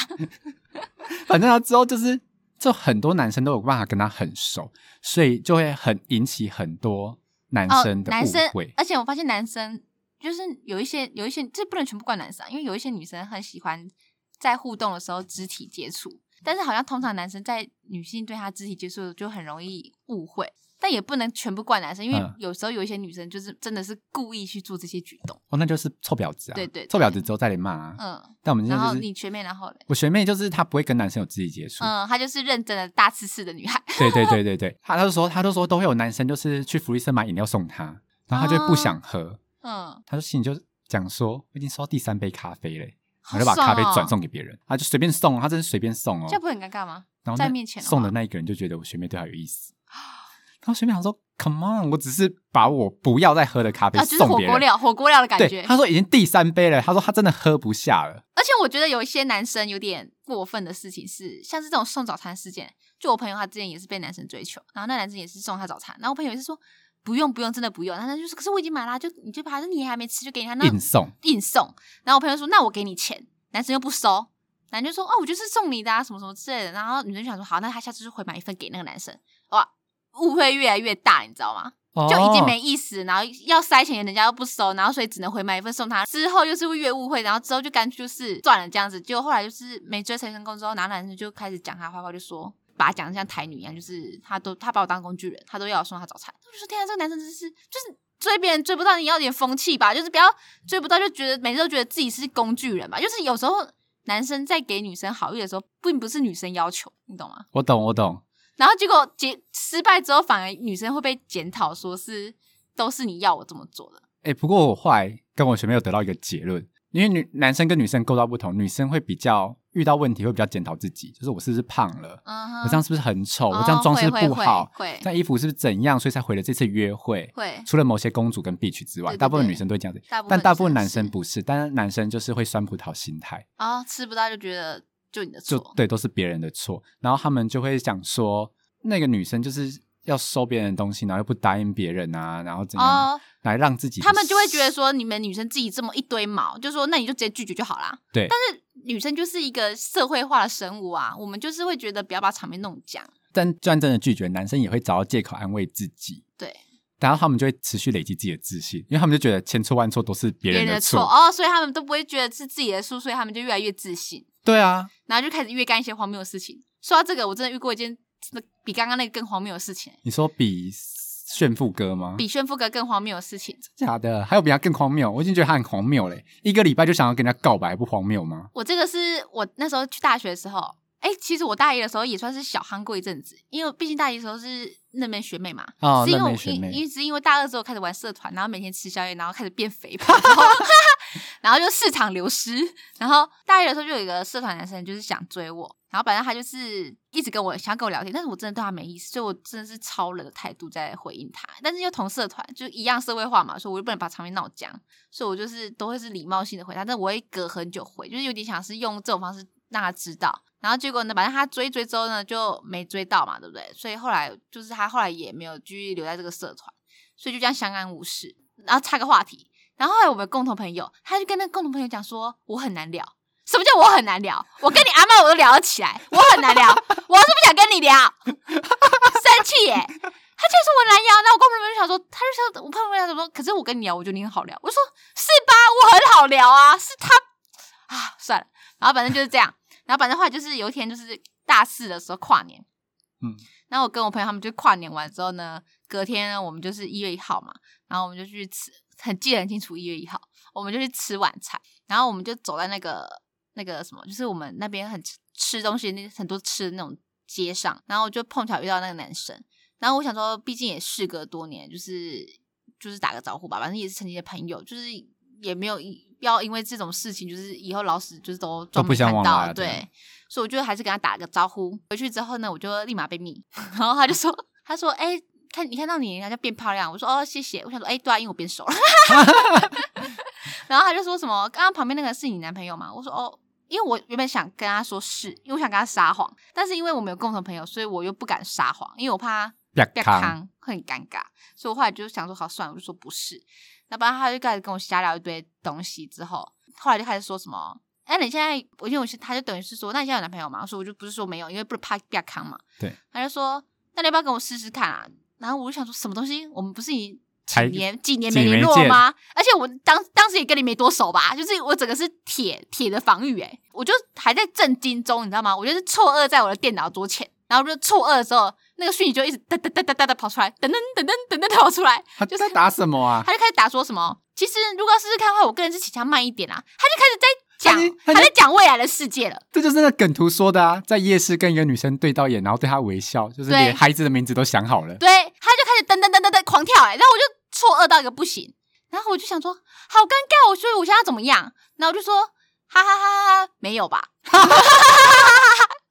Speaker 2: 反正他之后就是，就很多男生都有办法跟他很熟，所以就会很引起很多男
Speaker 1: 哦，
Speaker 2: 生的
Speaker 1: 男生
Speaker 2: 误会。，
Speaker 1: 而且我发现男生就是有一些有一些，这不能全部怪男生、啊，因为有一些女生很喜欢在互动的时候肢体接触，但是好像通常男生在女性对他肢体接触就很容易误会。但也不能全部怪男生，因为
Speaker 2: 嗯
Speaker 1: 有时候有一些女生就是真的是故意去做这些举动，
Speaker 2: 哦，那就是臭婊子啊！
Speaker 1: 对对对
Speaker 2: 臭婊子之后再来骂啊。
Speaker 1: 嗯，
Speaker 2: 但我们现
Speaker 1: 然
Speaker 2: 在
Speaker 1: 后
Speaker 2: 就
Speaker 1: 你
Speaker 2: 是，
Speaker 1: 学妹，然后嘞，
Speaker 2: 我学妹就是她不会跟男生有肢体接触，
Speaker 1: 嗯，她就是认真的大刺刺的女孩，
Speaker 2: 对对对对对，她她就说她就说都会有男生就是去福利社买饮料送她，然后她就会不
Speaker 1: 哦
Speaker 2: 想喝，
Speaker 1: 嗯，
Speaker 2: 她就心里就讲说我已经收到第三杯咖啡嘞。
Speaker 1: 好
Speaker 2: 然后就把
Speaker 1: 爽
Speaker 2: 咖啡
Speaker 1: 哦
Speaker 2: 转，送给别人，她就随便送，她真是随便送哦。
Speaker 1: 这样不会很尴尬吗？
Speaker 2: 然后
Speaker 1: 在
Speaker 2: 那
Speaker 1: 面前的
Speaker 2: 送
Speaker 1: 话
Speaker 2: 的那一个人就觉得我学妹对他有意思，然后学妹想说，Come on，我只是把我不要再喝的咖啡
Speaker 1: 啊，就是
Speaker 2: 送
Speaker 1: 火
Speaker 2: 别
Speaker 1: 锅
Speaker 2: 人。
Speaker 1: 料，火锅料的感觉
Speaker 2: 对，。他说已经第三杯了，他说他真的喝不下了。
Speaker 1: 而且我觉得有一些男生有点过分的事情是，像是这种送早餐事件。就我朋友他之前也是被男生追求，然后那男生也是送他早餐，然后我朋友也是说不用不用，真的不用。然后他就说可是我已经买啦，就你就把它，你还没吃就给你他那
Speaker 2: 硬送，
Speaker 1: 硬送。然后我朋友说那我给你钱，男生又不收，男生就说哦我就是送你的啊什么什么之类的。然后女生就想说好，那他下次就回买一份给那个男生。哇，误会越来越大，你知道吗？就已
Speaker 2: 哦
Speaker 1: 经没意思，然后要塞钱人家又不收，然后所以只能回买一份送他。之后又是会越误会，然后之后就干脆就是算了这样子。结果后来就是没追成功之后，然后男生就开始讲他坏话，就说把他讲的像台女一样，就是他都他把我当工具人，他都要我送他早餐。我就说天啊，这个男生真是就是追别人追不到，你要有点风气吧，就是不要追不到就觉得每次都觉得自己是工具人吧。就是有时候男生在给女生好意的时候，并不是女生要求，你懂吗？
Speaker 2: 哦我懂，我懂。
Speaker 1: 然后结果结失败之后，反而女生会被检讨，说是都是你要我这么做的。
Speaker 2: 哎、不过我后来跟我学妹有得到一个结论，因为女男生跟女生构造不同，女生会比较遇到问题会比较检讨自己，就是我是不是胖了，
Speaker 1: 嗯哼
Speaker 2: 我这样是不是很丑，
Speaker 1: 哦
Speaker 2: 我这样装饰
Speaker 1: 会
Speaker 2: 不好，
Speaker 1: 会
Speaker 2: 这
Speaker 1: 会
Speaker 2: 样衣服是不是怎样，所以才毁了这次约会。
Speaker 1: 会，
Speaker 2: 除了某些公主跟 bitch 之外，
Speaker 1: 对对
Speaker 2: 大部分
Speaker 1: 对
Speaker 2: 女生都会这样子。
Speaker 1: 大部分
Speaker 2: 但大部分
Speaker 1: 女
Speaker 2: 男
Speaker 1: 是
Speaker 2: 生不是，但是男生就是会酸葡萄心态，
Speaker 1: 啊、吃不到就觉得就你的
Speaker 2: 就
Speaker 1: 错，
Speaker 2: 对，都是别人的错。然后他们就会想说，那个女生就是要收别人的东西，然后又不答应别人啊，然后怎样、
Speaker 1: 哦，
Speaker 2: 来让自己
Speaker 1: 他们就会觉得说你们女生自己这么一堆毛，就说那你就直接拒绝就好啦。
Speaker 2: 对，但是
Speaker 1: 女生就是一个社会化的生物啊，我们就是会觉得不要把场面弄僵。
Speaker 2: 但就算真的拒绝，男生也会找到借口安慰自己。
Speaker 1: 对，
Speaker 2: 然后他们就会持续累积自己的自信，因为他们就觉得千错万错都是
Speaker 1: 别
Speaker 2: 别人
Speaker 1: 人的
Speaker 2: 错。
Speaker 1: 错哦，所以他们都不会觉得是自己的错，所以他们就越来越自信。
Speaker 2: 对啊，
Speaker 1: 然后就开始越干一些荒谬的事情。说到这个，我真的遇过一件真的比刚刚那个更荒谬的事情，欸
Speaker 2: 你说比炫富哥吗？
Speaker 1: 比炫富哥更荒谬的事情。
Speaker 2: 假的，还有比他更荒谬，我已经觉得他很荒谬嘞！一个礼拜就想要跟人家告白，不荒谬吗？
Speaker 1: 我这个是我那时候去大学的时候，哎，其实我大一的时候也算是小夯过一阵子，因为毕竟大一的时候是那边学妹嘛，
Speaker 2: 哦
Speaker 1: 是因为
Speaker 2: 嫩
Speaker 1: 我
Speaker 2: 妹学妹
Speaker 1: 因因为是因为大二之后开始玩社团，然后每天吃宵夜，然后开始变肥胖，然后然后就市场流失。然后大一的时候就有一个社团男生就是想追我，然后反正他就是一直跟我想跟我聊天，但是我真的对他没意思，所以我真的是超冷的态度在回应他。但是又同社团，就一样社会化嘛，所以我就不能把场面闹僵，所以我就是都会是礼貌性的回他，但我会隔很久回，就是有点想是用这种方式让他知道。然后结果呢，反正他追追之后呢，就没追到嘛，对不对？所以后来就是他后来也没有继续留在这个社团，所以就这样相安无事。然后插个话题，然后后来我们共同朋友，他就跟那个共同朋友讲说，我很难聊。什么叫我很难聊？我跟你阿妈我都聊得起来，我很难聊，我是不想跟你聊，生气耶、他竟然说我难聊，那我跟我朋友就想说，他就说我朋友就想说，可是我跟你聊，我觉得你很好聊。我就说是吧，我很好聊啊，是他啊，算了，然后反正就是这样。然后反正后来就是有一天就是大四的时候跨年，
Speaker 2: 嗯，
Speaker 1: 然后我跟我朋友他们就跨年完之后呢，隔天呢我们就是一月一号嘛，然后我们就去吃，很记得很清楚一月一号，我们就去吃晚餐，然后我们就走在那个那个什么，就是我们那边很吃吃东西那很多吃的那种街上，然后我就碰巧遇到那个男生，然后我想说，毕竟也事隔多年，就是就是打个招呼吧，反正也是曾经的朋友，就是也没有一要因为这种事情，就是以后老死就是都
Speaker 2: 都
Speaker 1: 装
Speaker 2: 不
Speaker 1: 没
Speaker 2: 相
Speaker 1: 看
Speaker 2: 往
Speaker 1: 到
Speaker 2: 来了这
Speaker 1: 对
Speaker 2: 样，
Speaker 1: 所以我就还是跟他打个招呼。回去之后呢，我就立马被密， <laughs> 然后他就说，他说，哎、看你看到你，人家就变漂亮。我说哦，谢谢。我想说，哎、对啊，因为我变熟了。 <laughs> 然后他就说什么，刚刚旁边那个是你男朋友吗？我说哦，因为我原本想跟他说是，因为我想跟他撒谎，但是因为我们有共同朋友，所以我又不敢撒谎，因为我怕
Speaker 2: 不要
Speaker 1: 不要
Speaker 2: 扛，
Speaker 1: 康会很尴尬，所以我后来就想说，好算了，我就说不是。那不然他就开始跟我瞎聊一堆东西，之后后来就开始说什么。哎、你现在，我因为我是，他就等于是说，那你现在有男朋友吗？我说我就不是说没有，因为不是怕不要康嘛。
Speaker 2: 对。
Speaker 1: 他就说，那你要不要跟我试试看啊？然后我就想说，什么东西？我们不是已经几
Speaker 2: 才
Speaker 1: 年几年
Speaker 2: 几
Speaker 1: 没联
Speaker 2: 年
Speaker 1: 络
Speaker 2: 见
Speaker 1: 吗？而且我当当时也跟你没多熟吧，就是我整个是铁铁的防御、欸，我就还在震惊中，你知道吗？我就是错愕在我的电脑桌前，然后就错愕的时候，那个讯息就一直哒哒哒哒哒哒跑出来，噔噔噔噔噔噔跑出来，
Speaker 2: 他
Speaker 1: 就是
Speaker 2: 在打什么啊？
Speaker 1: 他就开始打说什么，其实如果要试试看的话，我个人是倾向慢一点啊，他就开
Speaker 2: 他已
Speaker 1: 始在
Speaker 2: 经
Speaker 1: 讲
Speaker 2: 他已
Speaker 1: 他
Speaker 2: 经
Speaker 1: 在讲未来的世界了。
Speaker 2: 这就是那梗图说的啊，在夜市跟一个女生对到眼，然后对她微笑，就是
Speaker 1: 对
Speaker 2: 连孩子的名字都想好了。
Speaker 1: 对，他就开始噔噔噔噔噔狂跳、欸，然后我就错愕到一个不行，然后我就想说，好尴尬，我所以我现在要怎么样？然后我就说，哈哈哈哈哈，没有吧？ <laughs>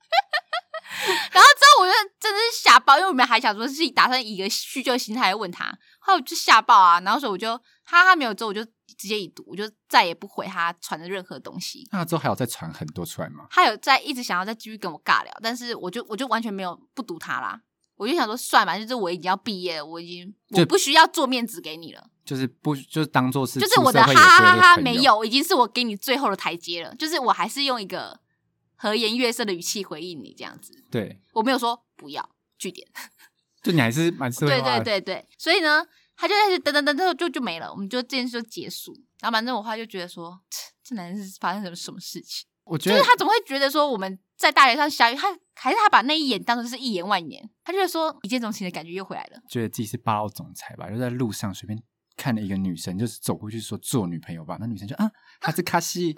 Speaker 1: 然后之后我就真的是吓爆，因为我们还想说自己打算以一个叙旧心态问他，后来我就吓爆啊，然后所以我就哈哈没有之后，我就直接已读，我就再也不回他传的任何东西。
Speaker 2: 那之后还有再传很多出来吗？
Speaker 1: 他有在一直想要再继续跟我尬聊，但是我就我就完全没有不读他啦。我就想说，算吧，就是我已经要毕业了，我已经
Speaker 2: 就
Speaker 1: 我不需要做面子给你了，
Speaker 2: 就是不就是当做是
Speaker 1: 就是我的哈
Speaker 2: 出社会有
Speaker 1: 哈
Speaker 2: 做
Speaker 1: 哈
Speaker 2: 的
Speaker 1: 哈
Speaker 2: 朋友
Speaker 1: 没，有，已经是我给你最后的台阶了，就是我还是用一个和颜悦色的语气回应你这样子，
Speaker 2: 对，
Speaker 1: 我没有说不要据点，
Speaker 2: 就你还是蛮社会
Speaker 1: 对
Speaker 2: 化
Speaker 1: 对
Speaker 2: 的
Speaker 1: 对对，所以呢，他就开始等等等等就就没了，我们就这件事就结束，然后反正我后来就觉得说，这男人是发生什么什么事情。
Speaker 2: 我觉
Speaker 1: 就
Speaker 2: 得
Speaker 1: 是他怎么会觉得说我们在大街上相遇，他还是他把那一眼当成是一言万言，他就是说一见钟情的感觉又回来了。 <laughs>
Speaker 2: 觉得自己是霸道总裁吧，就在路上随便看了一个女生，就是走过去说做女朋友吧，那女生就啊，她是
Speaker 1: <laughs>
Speaker 2: 卡西，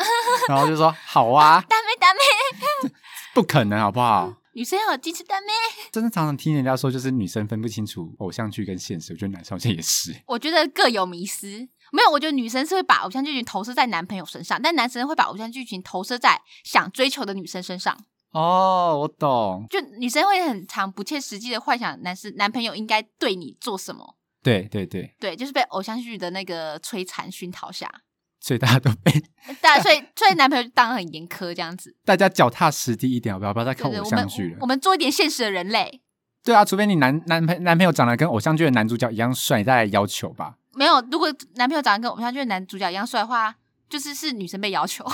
Speaker 2: 然后就说好啊，
Speaker 1: 大妹大妹，
Speaker 2: 不可能好不好？
Speaker 1: 女生要有矜持大妹。
Speaker 2: 真的常常听人家说，就是女生分不清楚偶像剧跟现实，我觉得男生好像也是。
Speaker 1: 我觉得各有迷失。没有，我觉得女生是会把偶像剧情投射在男朋友身上，但男生会把偶像剧情投射在想追求的女生身上。
Speaker 2: 哦，我懂，
Speaker 1: 就女生会很常不切实际的幻想男生男朋友应该对你做什么，
Speaker 2: 对对对，
Speaker 1: 对，就是被偶像剧的那个摧残熏陶下， <laughs>
Speaker 2: 所以大家都被
Speaker 1: 但所以所以男朋友就当然很严苛这样子。
Speaker 2: 大家脚踏实地一点，好不好？不要再
Speaker 1: 对
Speaker 2: 看
Speaker 1: 对，
Speaker 2: 偶
Speaker 1: 我
Speaker 2: 像
Speaker 1: 们
Speaker 2: 剧了
Speaker 1: 我。们做一点现实的人类。
Speaker 2: 对啊，除非你男男朋男朋友长得跟偶像剧的男主角一样帅，你再来要求吧。
Speaker 1: 没有，如果男朋友长得跟偶像剧的男主角一样帅的话，就是是女生被要求， <laughs>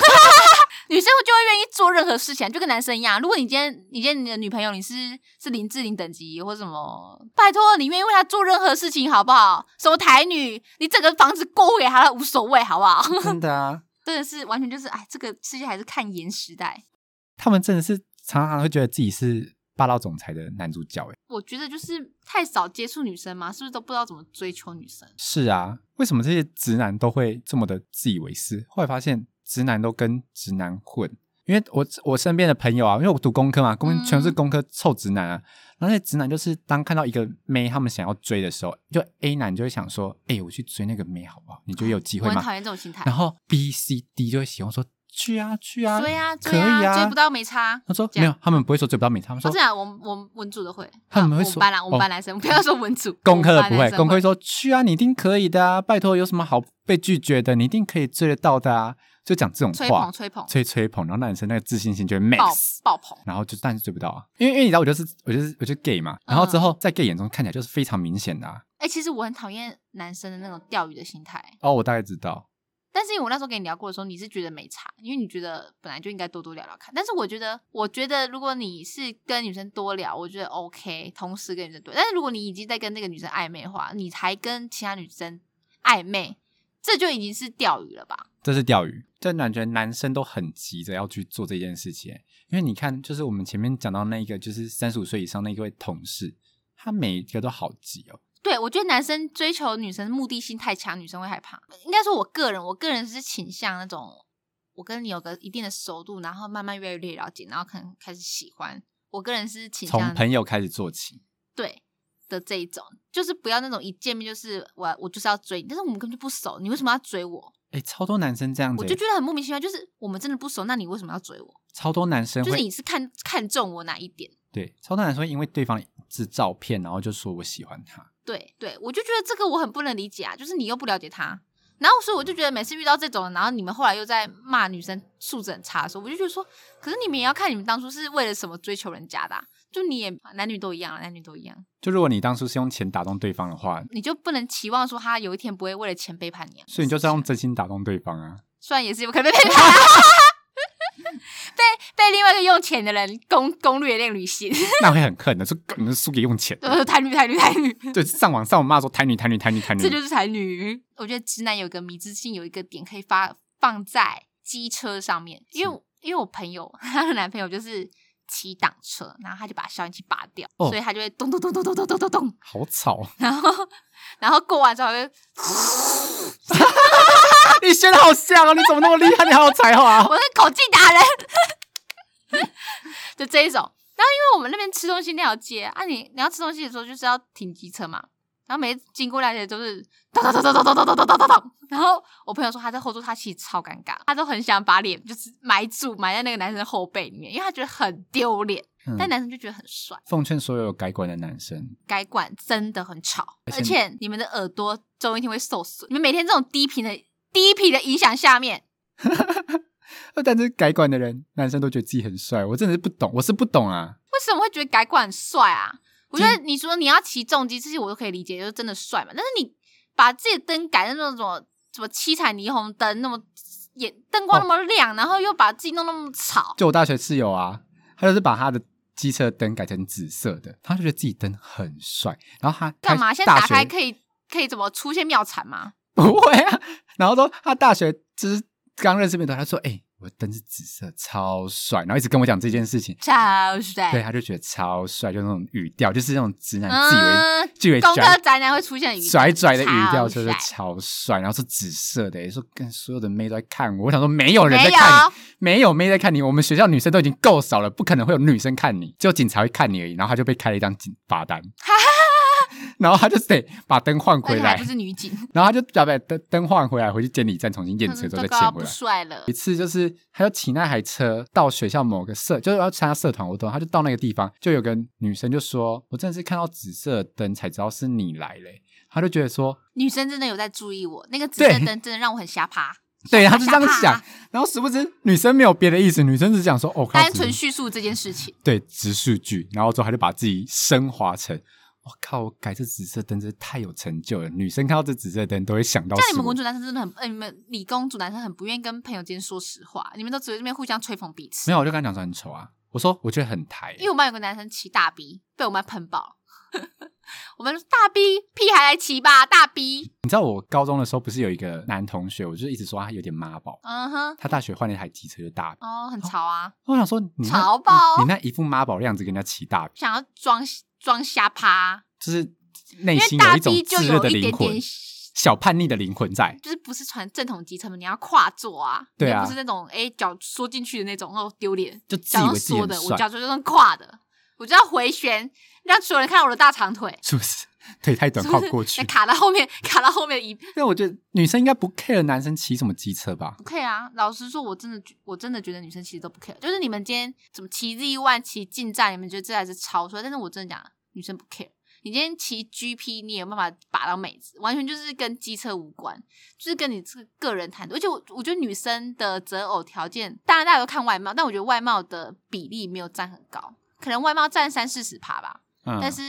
Speaker 1: 女生就会愿意做任何事情，就跟男生一样。啊如果你今天你今天你的女朋友你是是林志玲等级或什么，拜托你愿意为她做任何事情好不好？什么台女，你整个房子过户给她她无所谓好不 <laughs> 好？
Speaker 2: 真的啊，
Speaker 1: 真的是完全就是哎，这个世界还是看颜时代。
Speaker 2: <laughs> 他们真的是常常会觉得自己是霸道总裁的男主角，哎，
Speaker 1: 我觉得就是太少接触女生嘛，是不是都不知道怎么追求女生？
Speaker 2: 是啊，为什么这些直男都会这么的自以为是？后来发现直男都跟直男混，因为我我身边的朋友啊，因为我读工科嘛，工
Speaker 1: 嗯
Speaker 2: 全是工科臭直男啊。然后那直男就是当看到一个妹他们想要追的时候，就 A 男就会想说：“哎、我去追那个妹好不好？你觉得有机
Speaker 1: 我
Speaker 2: 会
Speaker 1: 很
Speaker 2: 吗
Speaker 1: 讨厌这种心态。？”
Speaker 2: 然后 B、C、D 就会喜欢说：“去啊，去啊，
Speaker 1: 追啊追
Speaker 2: 可以
Speaker 1: 追不到没差。
Speaker 2: 他说：“
Speaker 1: 这
Speaker 2: 没
Speaker 1: 样
Speaker 2: 有，他们不会说追不到美，他们
Speaker 1: 哦，
Speaker 2: 说
Speaker 1: 这样，我们我们文组的会，
Speaker 2: 他们
Speaker 1: 啊
Speaker 2: 会
Speaker 1: 我
Speaker 2: 说
Speaker 1: 班啦，我们
Speaker 2: 哦
Speaker 1: 班男生不要说文
Speaker 2: <laughs>
Speaker 1: 组，
Speaker 2: 工科
Speaker 1: 我
Speaker 2: 的
Speaker 1: 们
Speaker 2: 不
Speaker 1: 班男
Speaker 2: 会，
Speaker 1: 生
Speaker 2: 工科会说去啊，你一定可以的啊，拜托，有什么好被拒绝的？你一定可以追得到的啊。”就讲这种
Speaker 1: 吹
Speaker 2: 话
Speaker 1: 捧，吹捧，
Speaker 2: 吹吹捧，然后那男生那个自信心就会
Speaker 1: 爆
Speaker 2: max，
Speaker 1: 爆捧，
Speaker 2: 然后就但是追不到啊，因为因为你知道我就是我就是我就是 gay 嘛，
Speaker 1: 嗯
Speaker 2: 然后之后在 gay 眼中看起来就是非常明显的、啊。
Speaker 1: 哎、其实我很讨厌男生的那种钓鱼的心态，
Speaker 2: 哦，我大概知道，
Speaker 1: 但是因为我那时候跟你聊过的时候，你是觉得没差，因为你觉得本来就应该多多聊聊看。但是我觉得，我觉得如果你是跟女生多聊，我觉得 OK，同时跟女生多聊。但是如果你已经在跟那个女生暧昧的话，你才跟其他女生暧昧，这就已经是钓鱼了吧？
Speaker 2: 这是钓鱼，这感觉男生都很急着要去做这件事情，因为你看，就是我们前面讲到那个就是三十五岁以上那一位同事，他每一个都好急哦。
Speaker 1: 对，我觉得男生追求女生目的性太强，女生会害怕。应该说，我个人，我个人是倾向那种，我跟你有个一定的熟度，然后慢慢越来越了解，然后可能开始喜欢。我个人是倾
Speaker 2: 从
Speaker 1: 向
Speaker 2: 朋友开始做起，
Speaker 1: 对的这一种，就是不要那种一见面就是我我就是要追你，但是我们根本就不熟，你为什么要追我？
Speaker 2: 哎、超多男生这样子
Speaker 1: 我
Speaker 2: 欸、
Speaker 1: 就觉得很莫名其妙，就是我们真的不熟，那你为什么要追我？
Speaker 2: 超多男生
Speaker 1: 就是
Speaker 2: 会
Speaker 1: 你是看看中我哪一点？
Speaker 2: 对超多男生会因为对方是照片，然后就说我喜欢他。
Speaker 1: 对对，我就觉得这个我很不能理解啊，就是你又不了解他，然后所以我就觉得每次遇到这种人，然后你们后来又在骂女生素质很差的时候，我就觉得说，可是你们也要看你们当初是为了什么追求人家的啊、就你也男女都一样啊，男女都一样，
Speaker 2: 就如果你当初是用钱打动对方的话，
Speaker 1: 你就不能期望说他有一天不会为了钱背叛你、啊。
Speaker 2: 所以你就是要用真心打动对方啊。
Speaker 1: <laughs> 虽然也是有可能被背啊 <laughs> 被另外一个用钱的人攻攻略恋女 <laughs> 性，
Speaker 2: 那会很恨的，说你们输给用钱，
Speaker 1: 呃，台女台女台女，
Speaker 2: 对，上网上网骂说台女台女台女台女
Speaker 1: 这，就是台女。 <laughs> 我觉得直男有个迷之性，有一个点可以发放在机车上面，因为因为我朋友 <laughs> 她的男朋友就是骑挡车，然后他就把消音器拔掉，
Speaker 2: 哦
Speaker 1: 所以他就会咚咚咚咚咚咚咚咚咚， <laughs>
Speaker 2: 好吵，啊
Speaker 1: 然后 <laughs> 然后过完之后还会，
Speaker 2: <laughs> 你学的好像哦，你怎么那么厉害，你好有才华
Speaker 1: <laughs>
Speaker 2: 哦。
Speaker 1: 我是口技达人， <laughs> 就这一种。然后因为我们那边吃东西那条街啊你，你要吃东西的时候就是要停机车嘛，然后每次经过那条街都是咚咚咚咚咚咚咚咚咚咚咚。然后我朋友说他在后座，他其实超尴尬，他都很想把脸就是埋住，埋在那个男生的后背里面，因为他觉得很丢脸，
Speaker 2: 嗯
Speaker 1: 但男生就觉得很帅。
Speaker 2: 奉劝所有有改管的男生，
Speaker 1: 该管真的很吵，
Speaker 2: 而且
Speaker 1: 而且你们的耳朵总有一天会受损，你们每天这种低频的低频的影响下面，
Speaker 2: 呃但是改管的人，男生都觉得自己很帅，我真的是不懂，我是不懂啊。
Speaker 1: 为什么会觉得改管很帅啊？我觉得你说你要骑重机这些我都可以理解，就是真的帅嘛。但是你把自己的灯改成那种什么什么七彩霓虹灯，那么眼灯光那么亮，然后又把自己弄那么吵，
Speaker 2: 就我大学室友啊，他就是把他的机车灯改成紫色的，他就觉得自己灯很帅。然后他
Speaker 1: 干嘛？
Speaker 2: 开
Speaker 1: 现在打
Speaker 2: 大学
Speaker 1: 开可以可以怎么出现妙产吗？
Speaker 2: <laughs> 不会啊。然后说他大学就是刚认识没多久，他说：“哎、我的灯是紫色，超帅。”然后一直跟我讲这件事情，
Speaker 1: 超
Speaker 2: 对，
Speaker 1: 帅，
Speaker 2: 他就觉得超帅，就那种语调，就是那种直男自以为、
Speaker 1: 嗯，
Speaker 2: 自以为
Speaker 1: 工科
Speaker 2: 拽
Speaker 1: 宅男会出现的语调
Speaker 2: 拽拽的语调，就是
Speaker 1: 超帅
Speaker 2: 超帅。然后是紫色的，也说跟所有的妹都在看我。我想说，没有人
Speaker 1: 没
Speaker 2: 在
Speaker 1: 有
Speaker 2: 看你，没有妹在看你。我们学校女生都已经够少了，不可能会有女生看你，只有警察会看你而已。然后他就被开了一张警
Speaker 1: <laughs>
Speaker 2: 罚单，然后他就得把灯换
Speaker 1: 而
Speaker 2: 回
Speaker 1: 且还
Speaker 2: 来
Speaker 1: 不。 <laughs> 是女
Speaker 2: <laughs>
Speaker 1: 警，
Speaker 2: 然后他就把灯灯换回来，回去监理站重新验车之
Speaker 1: <laughs> 糟
Speaker 2: 后再
Speaker 1: 糕，
Speaker 2: 签回
Speaker 1: 不
Speaker 2: 来。
Speaker 1: 帅了
Speaker 2: 有一，次就是，他就骑那台车到学校某个社，就是要参加社团活动，他就到那个地方，就有个女生就说：“我真的是看到紫色的灯才知道是你来嘞、他就觉得说，
Speaker 1: 女生真的有在注意我，那个紫色
Speaker 2: 对
Speaker 1: 灯真的让我很瞎趴，
Speaker 2: 对，他就这样
Speaker 1: 吓 <laughs> 怕
Speaker 2: 想。然后殊不知女生没有别的意思，女生只想说：“哦，看到
Speaker 1: 单
Speaker 2: 紫
Speaker 1: 纯叙述这件事情。
Speaker 2: 对直数据。”然后之后他就把自己升华成：“我、靠，我改这紫色灯真是太有成就了。”女生看到这紫色灯都会想到
Speaker 1: 像
Speaker 2: 是
Speaker 1: 你们
Speaker 2: 我
Speaker 1: 文组男生真的很，呃，你们理工组男生很不愿意跟朋友之间说实话，你们都只会这边互相吹捧彼此。
Speaker 2: 没有，我就跟他讲说很丑啊。我说我觉得很台、
Speaker 1: 因为我们班有个男生骑大 B，被我们班喷爆。 <laughs> 我们说大 B 屁孩来骑吧，大 B，
Speaker 2: 你知道我高中的时候不是有一个男同学，我就一直说他有点妈宝。
Speaker 1: 嗯哼，
Speaker 2: 他大学换了一台机车就大，
Speaker 1: 哦，很潮啊，
Speaker 2: 我想说你那
Speaker 1: 潮爆
Speaker 2: 你你那一副妈宝的样子跟人家骑大，
Speaker 1: 想要装装瞎趴，
Speaker 2: 就是内
Speaker 1: 因为
Speaker 2: 心有
Speaker 1: 大
Speaker 2: 一种
Speaker 1: B 就
Speaker 2: 炙热
Speaker 1: 有
Speaker 2: 的
Speaker 1: 一
Speaker 2: 灵
Speaker 1: 点
Speaker 2: 魂
Speaker 1: 点。
Speaker 2: 小叛逆的灵魂在。
Speaker 1: 就是不是传正统集成嘛，你要跨坐啊，
Speaker 2: 对啊
Speaker 1: 你不是那种哎脚缩进去的那种，哦丢脸，
Speaker 2: 就自
Speaker 1: 假
Speaker 2: 以为
Speaker 1: 装
Speaker 2: 自己
Speaker 1: 缩
Speaker 2: 很
Speaker 1: 的，我
Speaker 2: 帅
Speaker 1: 假装就是跨的，我就要回旋，让所有人看到我的大长腿，
Speaker 2: 是不是？ <laughs> 腿太短
Speaker 1: 是
Speaker 2: 靠
Speaker 1: 不是
Speaker 2: 过去。
Speaker 1: 卡到后面，卡到后面一
Speaker 2: 但我觉得女生应该不 care 男生骑什么机车吧？
Speaker 1: 不 care 啊！老实说，我真的觉我真的觉得女生其实都不 care，就是你们今天怎么骑 Z One 骑进站，你们觉得这台是超帅，但是我真的讲，女生不 care。你今天骑 GP，你有办法把到妹子，完全就是跟机车无关，就是跟你这个个人谈。而且我我觉得女生的择偶条件，当然大家都看外貌，但我觉得外貌的比例没有占很高，可能外貌占三四十趴吧，
Speaker 2: 嗯，
Speaker 1: 但是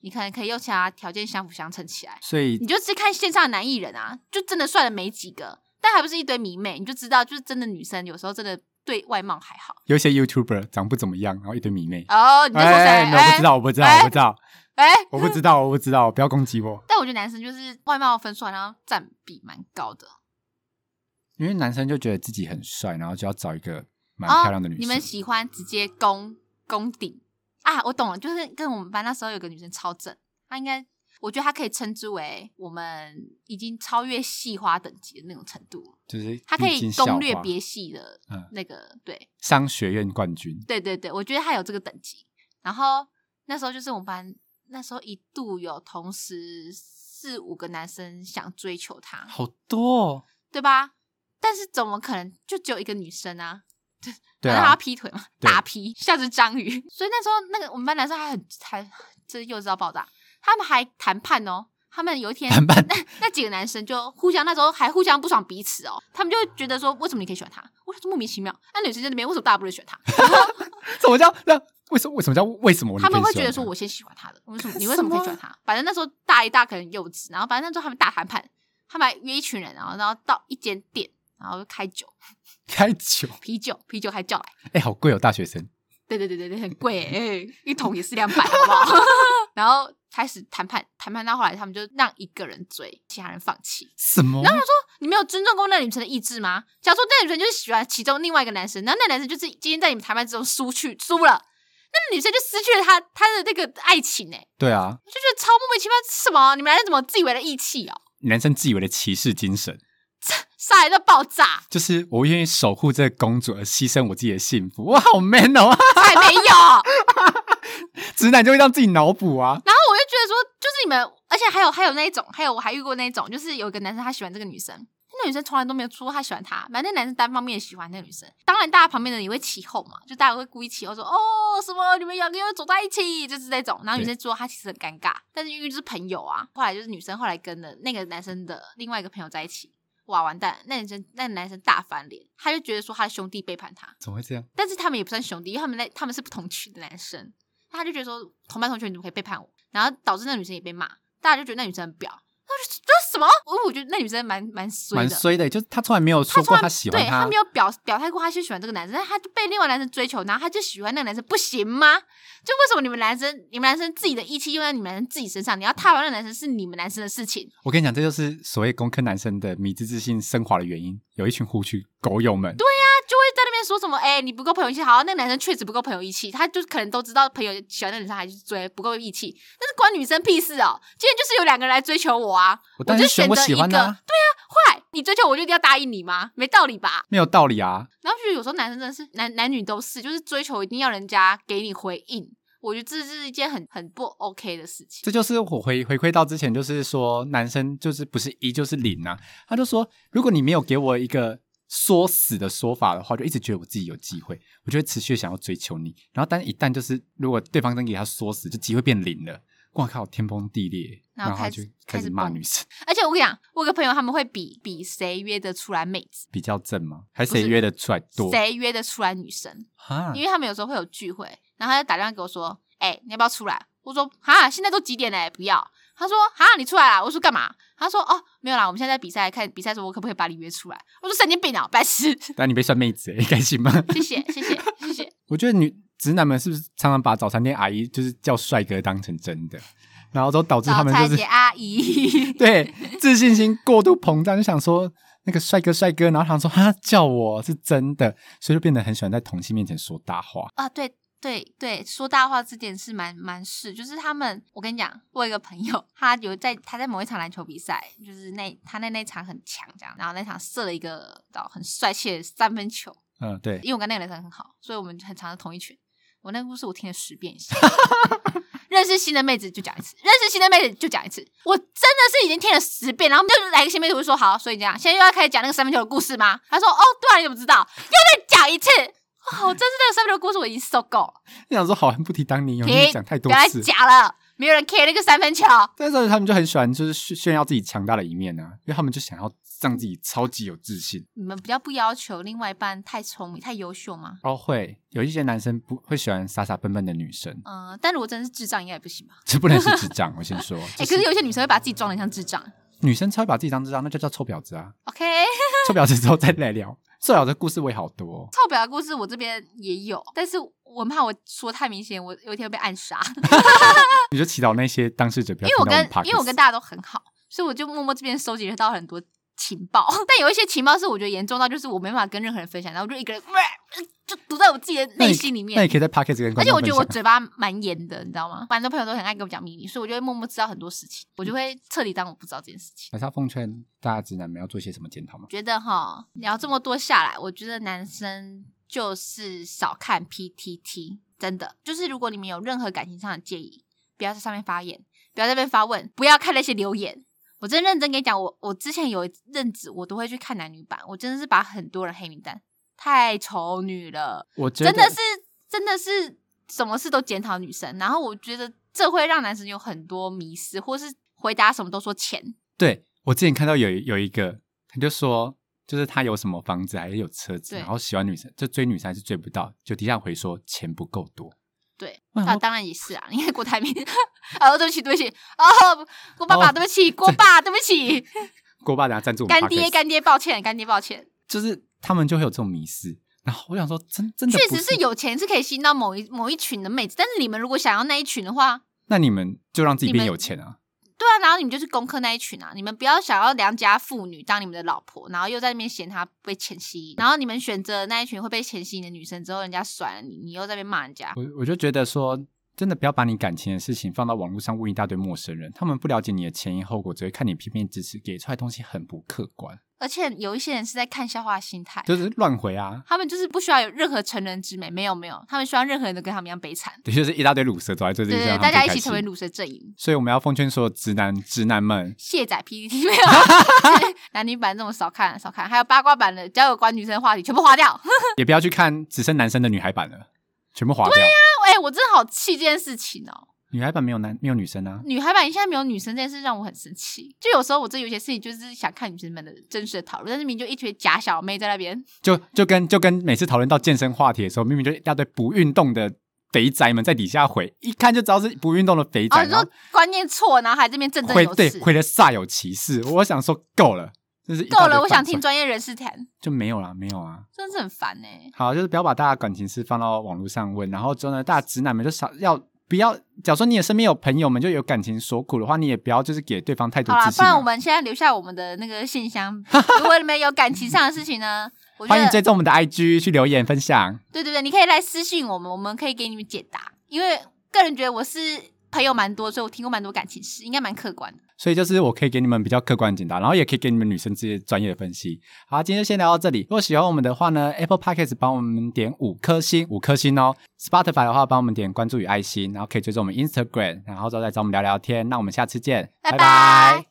Speaker 1: 你可能可以用其他条件相辅相成起来。
Speaker 2: 所以
Speaker 1: 你就只看线上的男艺人啊，就真的帅的没几个，但还不是一堆迷妹，你就知道，就是真的女生有时候真的对外貌还好。
Speaker 2: 有一些 YouTuber 长不怎么样，然后一堆迷妹。
Speaker 1: 哦，你在说谁？
Speaker 2: 哎，没有，我不知道，我不知道，我不知道，
Speaker 1: 哎。哎
Speaker 2: 我不知道，我不知道，不要攻击我，
Speaker 1: 但我觉得男生就是外貌分数好像占比蛮高的，
Speaker 2: 因为男生就觉得自己很帅，然后就要找一个蛮
Speaker 1: 哦
Speaker 2: 漂亮的女生。
Speaker 1: 你们喜欢直接攻攻顶啊？我懂了，就是跟我们班那时候有个女生超正，她应该，我觉得她可以称之为我们已经超越系花等级的那种程度了，
Speaker 2: 就是
Speaker 1: 她可
Speaker 2: 历
Speaker 1: 以
Speaker 2: 经校
Speaker 1: 攻略
Speaker 2: 花
Speaker 1: 别系的
Speaker 2: 嗯
Speaker 1: 那个、对。
Speaker 2: 商学院冠军，
Speaker 1: 对对对，我觉得他有这个等级。然后那时候就是我们班，那时候一度有同时四五个男生想追求他，
Speaker 2: 好多、哦。
Speaker 1: 对吧？但是怎么可能就只有一个女生啊？
Speaker 2: 对
Speaker 1: 然后他
Speaker 2: 啊
Speaker 1: 要，劈腿嘛，
Speaker 2: 对
Speaker 1: 打劈，像是章鱼。所以那时候那个我们班男生还很还这幼稚到爆炸，他们还谈判哦。他们有一天，
Speaker 2: 谈判
Speaker 1: 那那几个男生就互相那时候还互相不爽彼此哦，他们就觉得说，为什么你可以喜欢他？我想说莫名其妙，那女生在那边为什么大家不能选他？
Speaker 2: <laughs> 什么叫那？为什么为什么叫为什么？
Speaker 1: 他们会觉得说，我先喜欢他的， <laughs> 为什么你为什么可以喜欢他？反正那时候大一大可能幼稚，然后反正那时候他们大谈判，他们还约一群人，然后然后到一间店，然后就开酒，
Speaker 2: 开酒，
Speaker 1: 啤酒，啤酒还叫来，
Speaker 2: 哎、好贵哦，大学生。
Speaker 1: 对对对对对，很贵、欸，一桶也是两百，好不好？ <laughs> 然后开始谈判，谈判到后来他们就让一个人追，其他人放弃。
Speaker 2: 什么？然后说，
Speaker 1: 你没有尊重过那女生的意志吗？假如说那女生就是喜欢其中另外一个男生，然后那男生就是今天在你们谈判之中输去输了，那女生就失去了她她的那个爱情哎、
Speaker 2: 对啊，
Speaker 1: 就觉得超莫名其妙，什么？你们男生怎么自以为的义气哦，
Speaker 2: 男生自以为的骑士精神，
Speaker 1: 杀人到爆炸，
Speaker 2: 就是我愿意守护这个公主而牺牲我自己的幸福。我好 man 哦！ <laughs>
Speaker 1: 才没有。然
Speaker 2: 直男就会让自己脑补啊。
Speaker 1: 后我就觉得说，就是你们，而且还有还有那一种，还有我还遇过那一种，就是有一个男生他喜欢这个女生，那女生从来都没有说过他喜欢他，反正那男生单方面喜欢那个女生。当然，大家旁边的人也会起哄嘛，就大家会故意起哄说，哦，什么你们两个又走在一起，就是那种。然后女生说她其实很尴尬，但是因为就是朋友啊，后来就是女生后来跟了那个男生的另外一个朋友在一起。哇，完蛋！那女生那个男生大翻脸，他就觉得说他的兄弟背叛他，
Speaker 2: 怎么会这样？
Speaker 1: 但是他们也不算兄弟，因为他们那他们是不同群的男生，他就觉得说同班同学你怎么可以背叛我？然后导致那女生也被骂，大家就觉得那女生很婊。他就说这什么？我我觉得那女生蛮蛮衰
Speaker 2: 蛮
Speaker 1: 的，
Speaker 2: 衰的，就是他从来没有
Speaker 1: 她
Speaker 2: 说
Speaker 1: 从
Speaker 2: 过
Speaker 1: 来
Speaker 2: 他喜欢
Speaker 1: 对
Speaker 2: 他
Speaker 1: 她没有表表态过她是喜欢这个男生，但她就被另外男生追求，然后她就喜欢那个男生，不行吗？就为什么你们男生你们男生自己的义气用在你们男生自己身上，你要踏完那个男生是你们男生的事情，
Speaker 2: 我跟你讲，这就是所谓工科男生的迷之自信升华的原因。有一群胡须狗友们，
Speaker 1: 他就会在那边说什么，哎、你不够朋友义气，好，那个男生确实不够朋友义气，他就可能都知道朋友喜欢那个女生，还去追，不够义气，但是关女生屁事哦，今天就是有两个人来追求我啊，我
Speaker 2: 我当
Speaker 1: 就
Speaker 2: 然选
Speaker 1: 选
Speaker 2: 我
Speaker 1: 择一
Speaker 2: 喜
Speaker 1: 个，
Speaker 2: 欢的、啊，
Speaker 1: 坏，你追求我就一定要答应你吗？没道理吧？
Speaker 2: 没有道理啊。
Speaker 1: 然后就是有时候男生真的是男男女都是，就是追求一定要人家给你回应，我觉得这是一件很很不 OK 的事情。
Speaker 2: 这就是我回回馈到之前，就是说男生就是不是一就是零啊。他就说，如果你没有给我一个说死的说法的话，就一直觉得我自己有机会，我就会持续地想要追求你。然后，但一旦就是如果对方真给他说死，就机会变零了。我靠，天崩地裂，
Speaker 1: 然后
Speaker 2: 然后他
Speaker 1: 开
Speaker 2: 就
Speaker 1: 始开
Speaker 2: 开始
Speaker 1: 始
Speaker 2: 骂
Speaker 1: 崩
Speaker 2: 女生， <laughs>
Speaker 1: 而且我跟你讲，我有个朋友他们会比比谁约得出来妹子，
Speaker 2: 比较正吗？还是
Speaker 1: 不
Speaker 2: 谁
Speaker 1: 是
Speaker 2: 约的出来多？
Speaker 1: 谁约得出来女生。
Speaker 2: 哈
Speaker 1: 因为他们有时候会有聚会，然后他就打电话给我说：“哎、你要不要出来？”我说：“哈，现在都几点嘞？不要。”他说：“哈，你出来啦！”我说：“干嘛？”他说：“哦，没有啦，我们现在在比赛，看比赛说我可不可以把你约出来？”我说：“神经病啊，白痴！ <laughs>
Speaker 2: 但你被算妹子，欸应该行吗？ <laughs>
Speaker 1: 谢谢，谢谢，谢谢。
Speaker 2: 我觉得女直男们是不是常常把早餐店阿姨就是叫帅哥当成真的，然后都导” <laughs> 致他
Speaker 1: 早
Speaker 2: 们
Speaker 1: 餐
Speaker 2: 就
Speaker 1: 姐
Speaker 2: 是
Speaker 1: 阿姨，
Speaker 2: <laughs> 对自信心过度膨胀，就想说那个帅哥帅哥，然后想说他叫我是真的，所以就变得很喜欢在同性面前说大话。
Speaker 1: 啊，对，对对，说大话这点是蛮蛮是，就是他们，我跟你讲，我有一个朋友，他有在他在某一场篮球比赛，就是那他那那场很强这样，然后那场射了一个到很帅气的三分球，
Speaker 2: 嗯，
Speaker 1: <laughs>
Speaker 2: 对，
Speaker 1: 因为我跟那个男生很好，所以我们很常是同一群。我那个故事我听了十遍以上， <laughs> 认识新的妹子就讲一次，认识新的妹子就讲一次，我真的是已经听了十遍，然后就来个新妹子我就说好，所以这样，现在又要开始讲那个三分球的故事吗？他说哦，对啊，你怎么知道？又再讲一次。哦，我真是那个三分球的故事我已经受够了，
Speaker 2: 你想说好汉不提当年勇，你
Speaker 1: 停
Speaker 2: 也讲太
Speaker 1: 不
Speaker 2: 多
Speaker 1: 要再
Speaker 2: 次。
Speaker 1: 讲了，没有人 care 那个三分球。
Speaker 2: 但是他们就很喜欢，就是炫炫耀自己强大的一面啊，因为他们就想要让自己超级有自信。
Speaker 1: 你们比较不要求另外一半太聪明、太优秀吗？
Speaker 2: 哦，会有一些男生不会喜欢傻傻笨笨的女生，
Speaker 1: 嗯、但如果真的是智障，应该也不行吧？
Speaker 2: 这不能是智
Speaker 1: <laughs>
Speaker 2: 障。我先说，
Speaker 1: 哎、
Speaker 2: 就
Speaker 1: 可是有一些女生会把自己装的像智障。
Speaker 2: 女生超会把自己当智障，那就叫臭婊子啊！
Speaker 1: OK，
Speaker 2: 臭婊子之后再来聊，臭婊子的故事我也好多、哦。
Speaker 1: 臭婊的故事我这边也有，但是我很怕我说太明显，我有一天会被暗杀。
Speaker 2: 你就祈祷那些当事者不
Speaker 1: 因为
Speaker 2: 要
Speaker 1: 我
Speaker 2: 听到
Speaker 1: 跟
Speaker 2: 们 podcast
Speaker 1: 因为我跟大家都很好，所以我就默默这边收集到很多情报， <laughs> 但有一些情报是我觉得严重到就是我没办法跟任何人分享，然后我就一个人、呃就堵在我自己的
Speaker 2: 那
Speaker 1: 内
Speaker 2: 你
Speaker 1: 心里
Speaker 2: 那
Speaker 1: 面
Speaker 2: 你。可以在 podcast 跟
Speaker 1: 而
Speaker 2: 观
Speaker 1: 且
Speaker 2: 众
Speaker 1: 我
Speaker 2: 分
Speaker 1: 觉得
Speaker 2: 享。
Speaker 1: 我嘴巴蛮严的，你知道吗？蛮多朋友都很爱跟我讲秘密，所以我就会默默知道很多事情，我
Speaker 2: 嗯
Speaker 1: 就会彻底当我不知道这件事情。
Speaker 2: 还是要奉劝大家直男们要做些什么检讨吗？
Speaker 1: 觉得哈，聊这么多下来，我觉得男生就是少看 PTT，真的，就是如果你们有任何感情上的建议，不要在上面发言，不要在那边发问，不要看那些留言。我真认真跟你讲，我我之前有一阵子我都会去看男女版，我真的是把很多人黑名单，太丑女了，
Speaker 2: 我觉得
Speaker 1: 真的是真的是什么事都检讨女生，然后我觉得这会让男生有很多迷失，或是回答什么都说钱，
Speaker 2: 对我之前看到有一有一个，他就说，就是他有什么房子还是有车子，
Speaker 1: 对
Speaker 2: 然后喜欢女生，就追女生还是追不到，就底下回说钱不够多。
Speaker 1: 对，
Speaker 2: 哇
Speaker 1: 那
Speaker 2: 我
Speaker 1: 当然也是啊，因为郭台铭，哦，对不起，对不起，哦，郭爸爸，
Speaker 2: 哦
Speaker 1: 对不起，郭爸，对不
Speaker 2: <laughs>
Speaker 1: 起，
Speaker 2: 郭爸等下赞助我们
Speaker 1: 干爹，
Speaker 2: podcast
Speaker 1: 干爹，抱歉，干爹，抱歉，
Speaker 2: 就是他们就会有这种迷失。然后我想说，真真的
Speaker 1: 确
Speaker 2: 不
Speaker 1: 实是有钱是可以吸引到某一某一群的妹子，但是你们如果想要那一群的话，
Speaker 2: 那你们就让自
Speaker 1: 你
Speaker 2: 己
Speaker 1: 们
Speaker 2: 变有钱啊！
Speaker 1: 对啊，然后你们就是攻克那一群啊，你们不要想要良家妇女当你们的老婆，然后又在那边嫌她被钱吸引，然后你们选择那一群会被钱吸引的女生之后，人家甩了你，你又在那边骂人家，
Speaker 2: 我我就觉得说，真的不要把你感情的事情放到网络上问一大堆陌生人，他们不了解你的前因后果，只会看你片面之词，给出来的东西很不客观，
Speaker 1: 而且有一些人是在看笑话的心态。
Speaker 2: 就是乱回啊。 <laughs>
Speaker 1: 他们就是不需要有任何成人之美，没有没有，他们需要任何人都跟他们一样悲惨。
Speaker 2: 的确是一大堆乳蛇走在这世
Speaker 1: 对
Speaker 2: 界
Speaker 1: 对，
Speaker 2: 上，
Speaker 1: 大
Speaker 2: 他们
Speaker 1: 家一
Speaker 2: 最
Speaker 1: 起
Speaker 2: 开
Speaker 1: 成为
Speaker 2: 心
Speaker 1: 乳蛇阵营，
Speaker 2: 所以我们要奉劝所有直男直
Speaker 1: <laughs>
Speaker 2: 男们，
Speaker 1: 卸载 PPT 没有啊 <laughs> 男女版这种少看少看，还有八卦版的，只要有关女生的话题全部划掉。 <laughs>
Speaker 2: 也不要去看只剩男生的女孩版了，全部划掉。
Speaker 1: 哎、我真的好气这件事情哦！
Speaker 2: 女孩版没有男没有女生啊，
Speaker 1: 女孩版现在没有女生这件事让我很生气。就有时候我真的有些事情就是想看女生们的真实的讨论，但是明明就一群假小妹在那边，
Speaker 2: 就就跟就跟每次讨论到健身话题的时候，明明就一大堆不运动的肥宅们在底下回，一看就知道是不运动的肥
Speaker 1: 哦，
Speaker 2: 宅，
Speaker 1: 你
Speaker 2: 然
Speaker 1: 说
Speaker 2: 后
Speaker 1: 观念错，然后还这边振振
Speaker 2: 回
Speaker 1: 有
Speaker 2: 对
Speaker 1: 词。
Speaker 2: 回的煞有其事。我想说够了，就是一大
Speaker 1: 够
Speaker 2: 堆
Speaker 1: 了，我想
Speaker 2: 反
Speaker 1: 听
Speaker 2: 串
Speaker 1: 专业人士谈，
Speaker 2: 就没有啦，没有啊。
Speaker 1: 真的是很烦哎、
Speaker 2: 好，就是不要把大家感情事放到网络上问，然后之后呢，大家直男们就少要不要。假如说你也身边有朋友们就有感情所苦的话，你也不要就是给对方太多
Speaker 1: 好啦，
Speaker 2: 自
Speaker 1: 不
Speaker 2: 信、
Speaker 1: 然
Speaker 2: 啊
Speaker 1: 我。们现在留下我们的那个信箱，如果你们有感情上的事情呢，我觉
Speaker 2: 欢迎
Speaker 1: 得
Speaker 2: 追踪我们的 IG 去留言分享。
Speaker 1: 对对对，你可以来私信我们，我们可以给你们解答。因为个人觉得我是朋友蛮多，所以我听过蛮多感情事，应该蛮客观的。
Speaker 2: 所以就是我可以给你们比较客观的解答，然后也可以给你们女生这些专业的分析。好，今天就先聊到这里。如果喜欢我们的话呢，Apple Podcast 帮我们点五颗星，五颗星哦。Spotify 的话帮我们点关注与爱心，然后可以追踪我们 Instagram，然后之后再找我们聊聊天。那我们下次见，
Speaker 1: 拜拜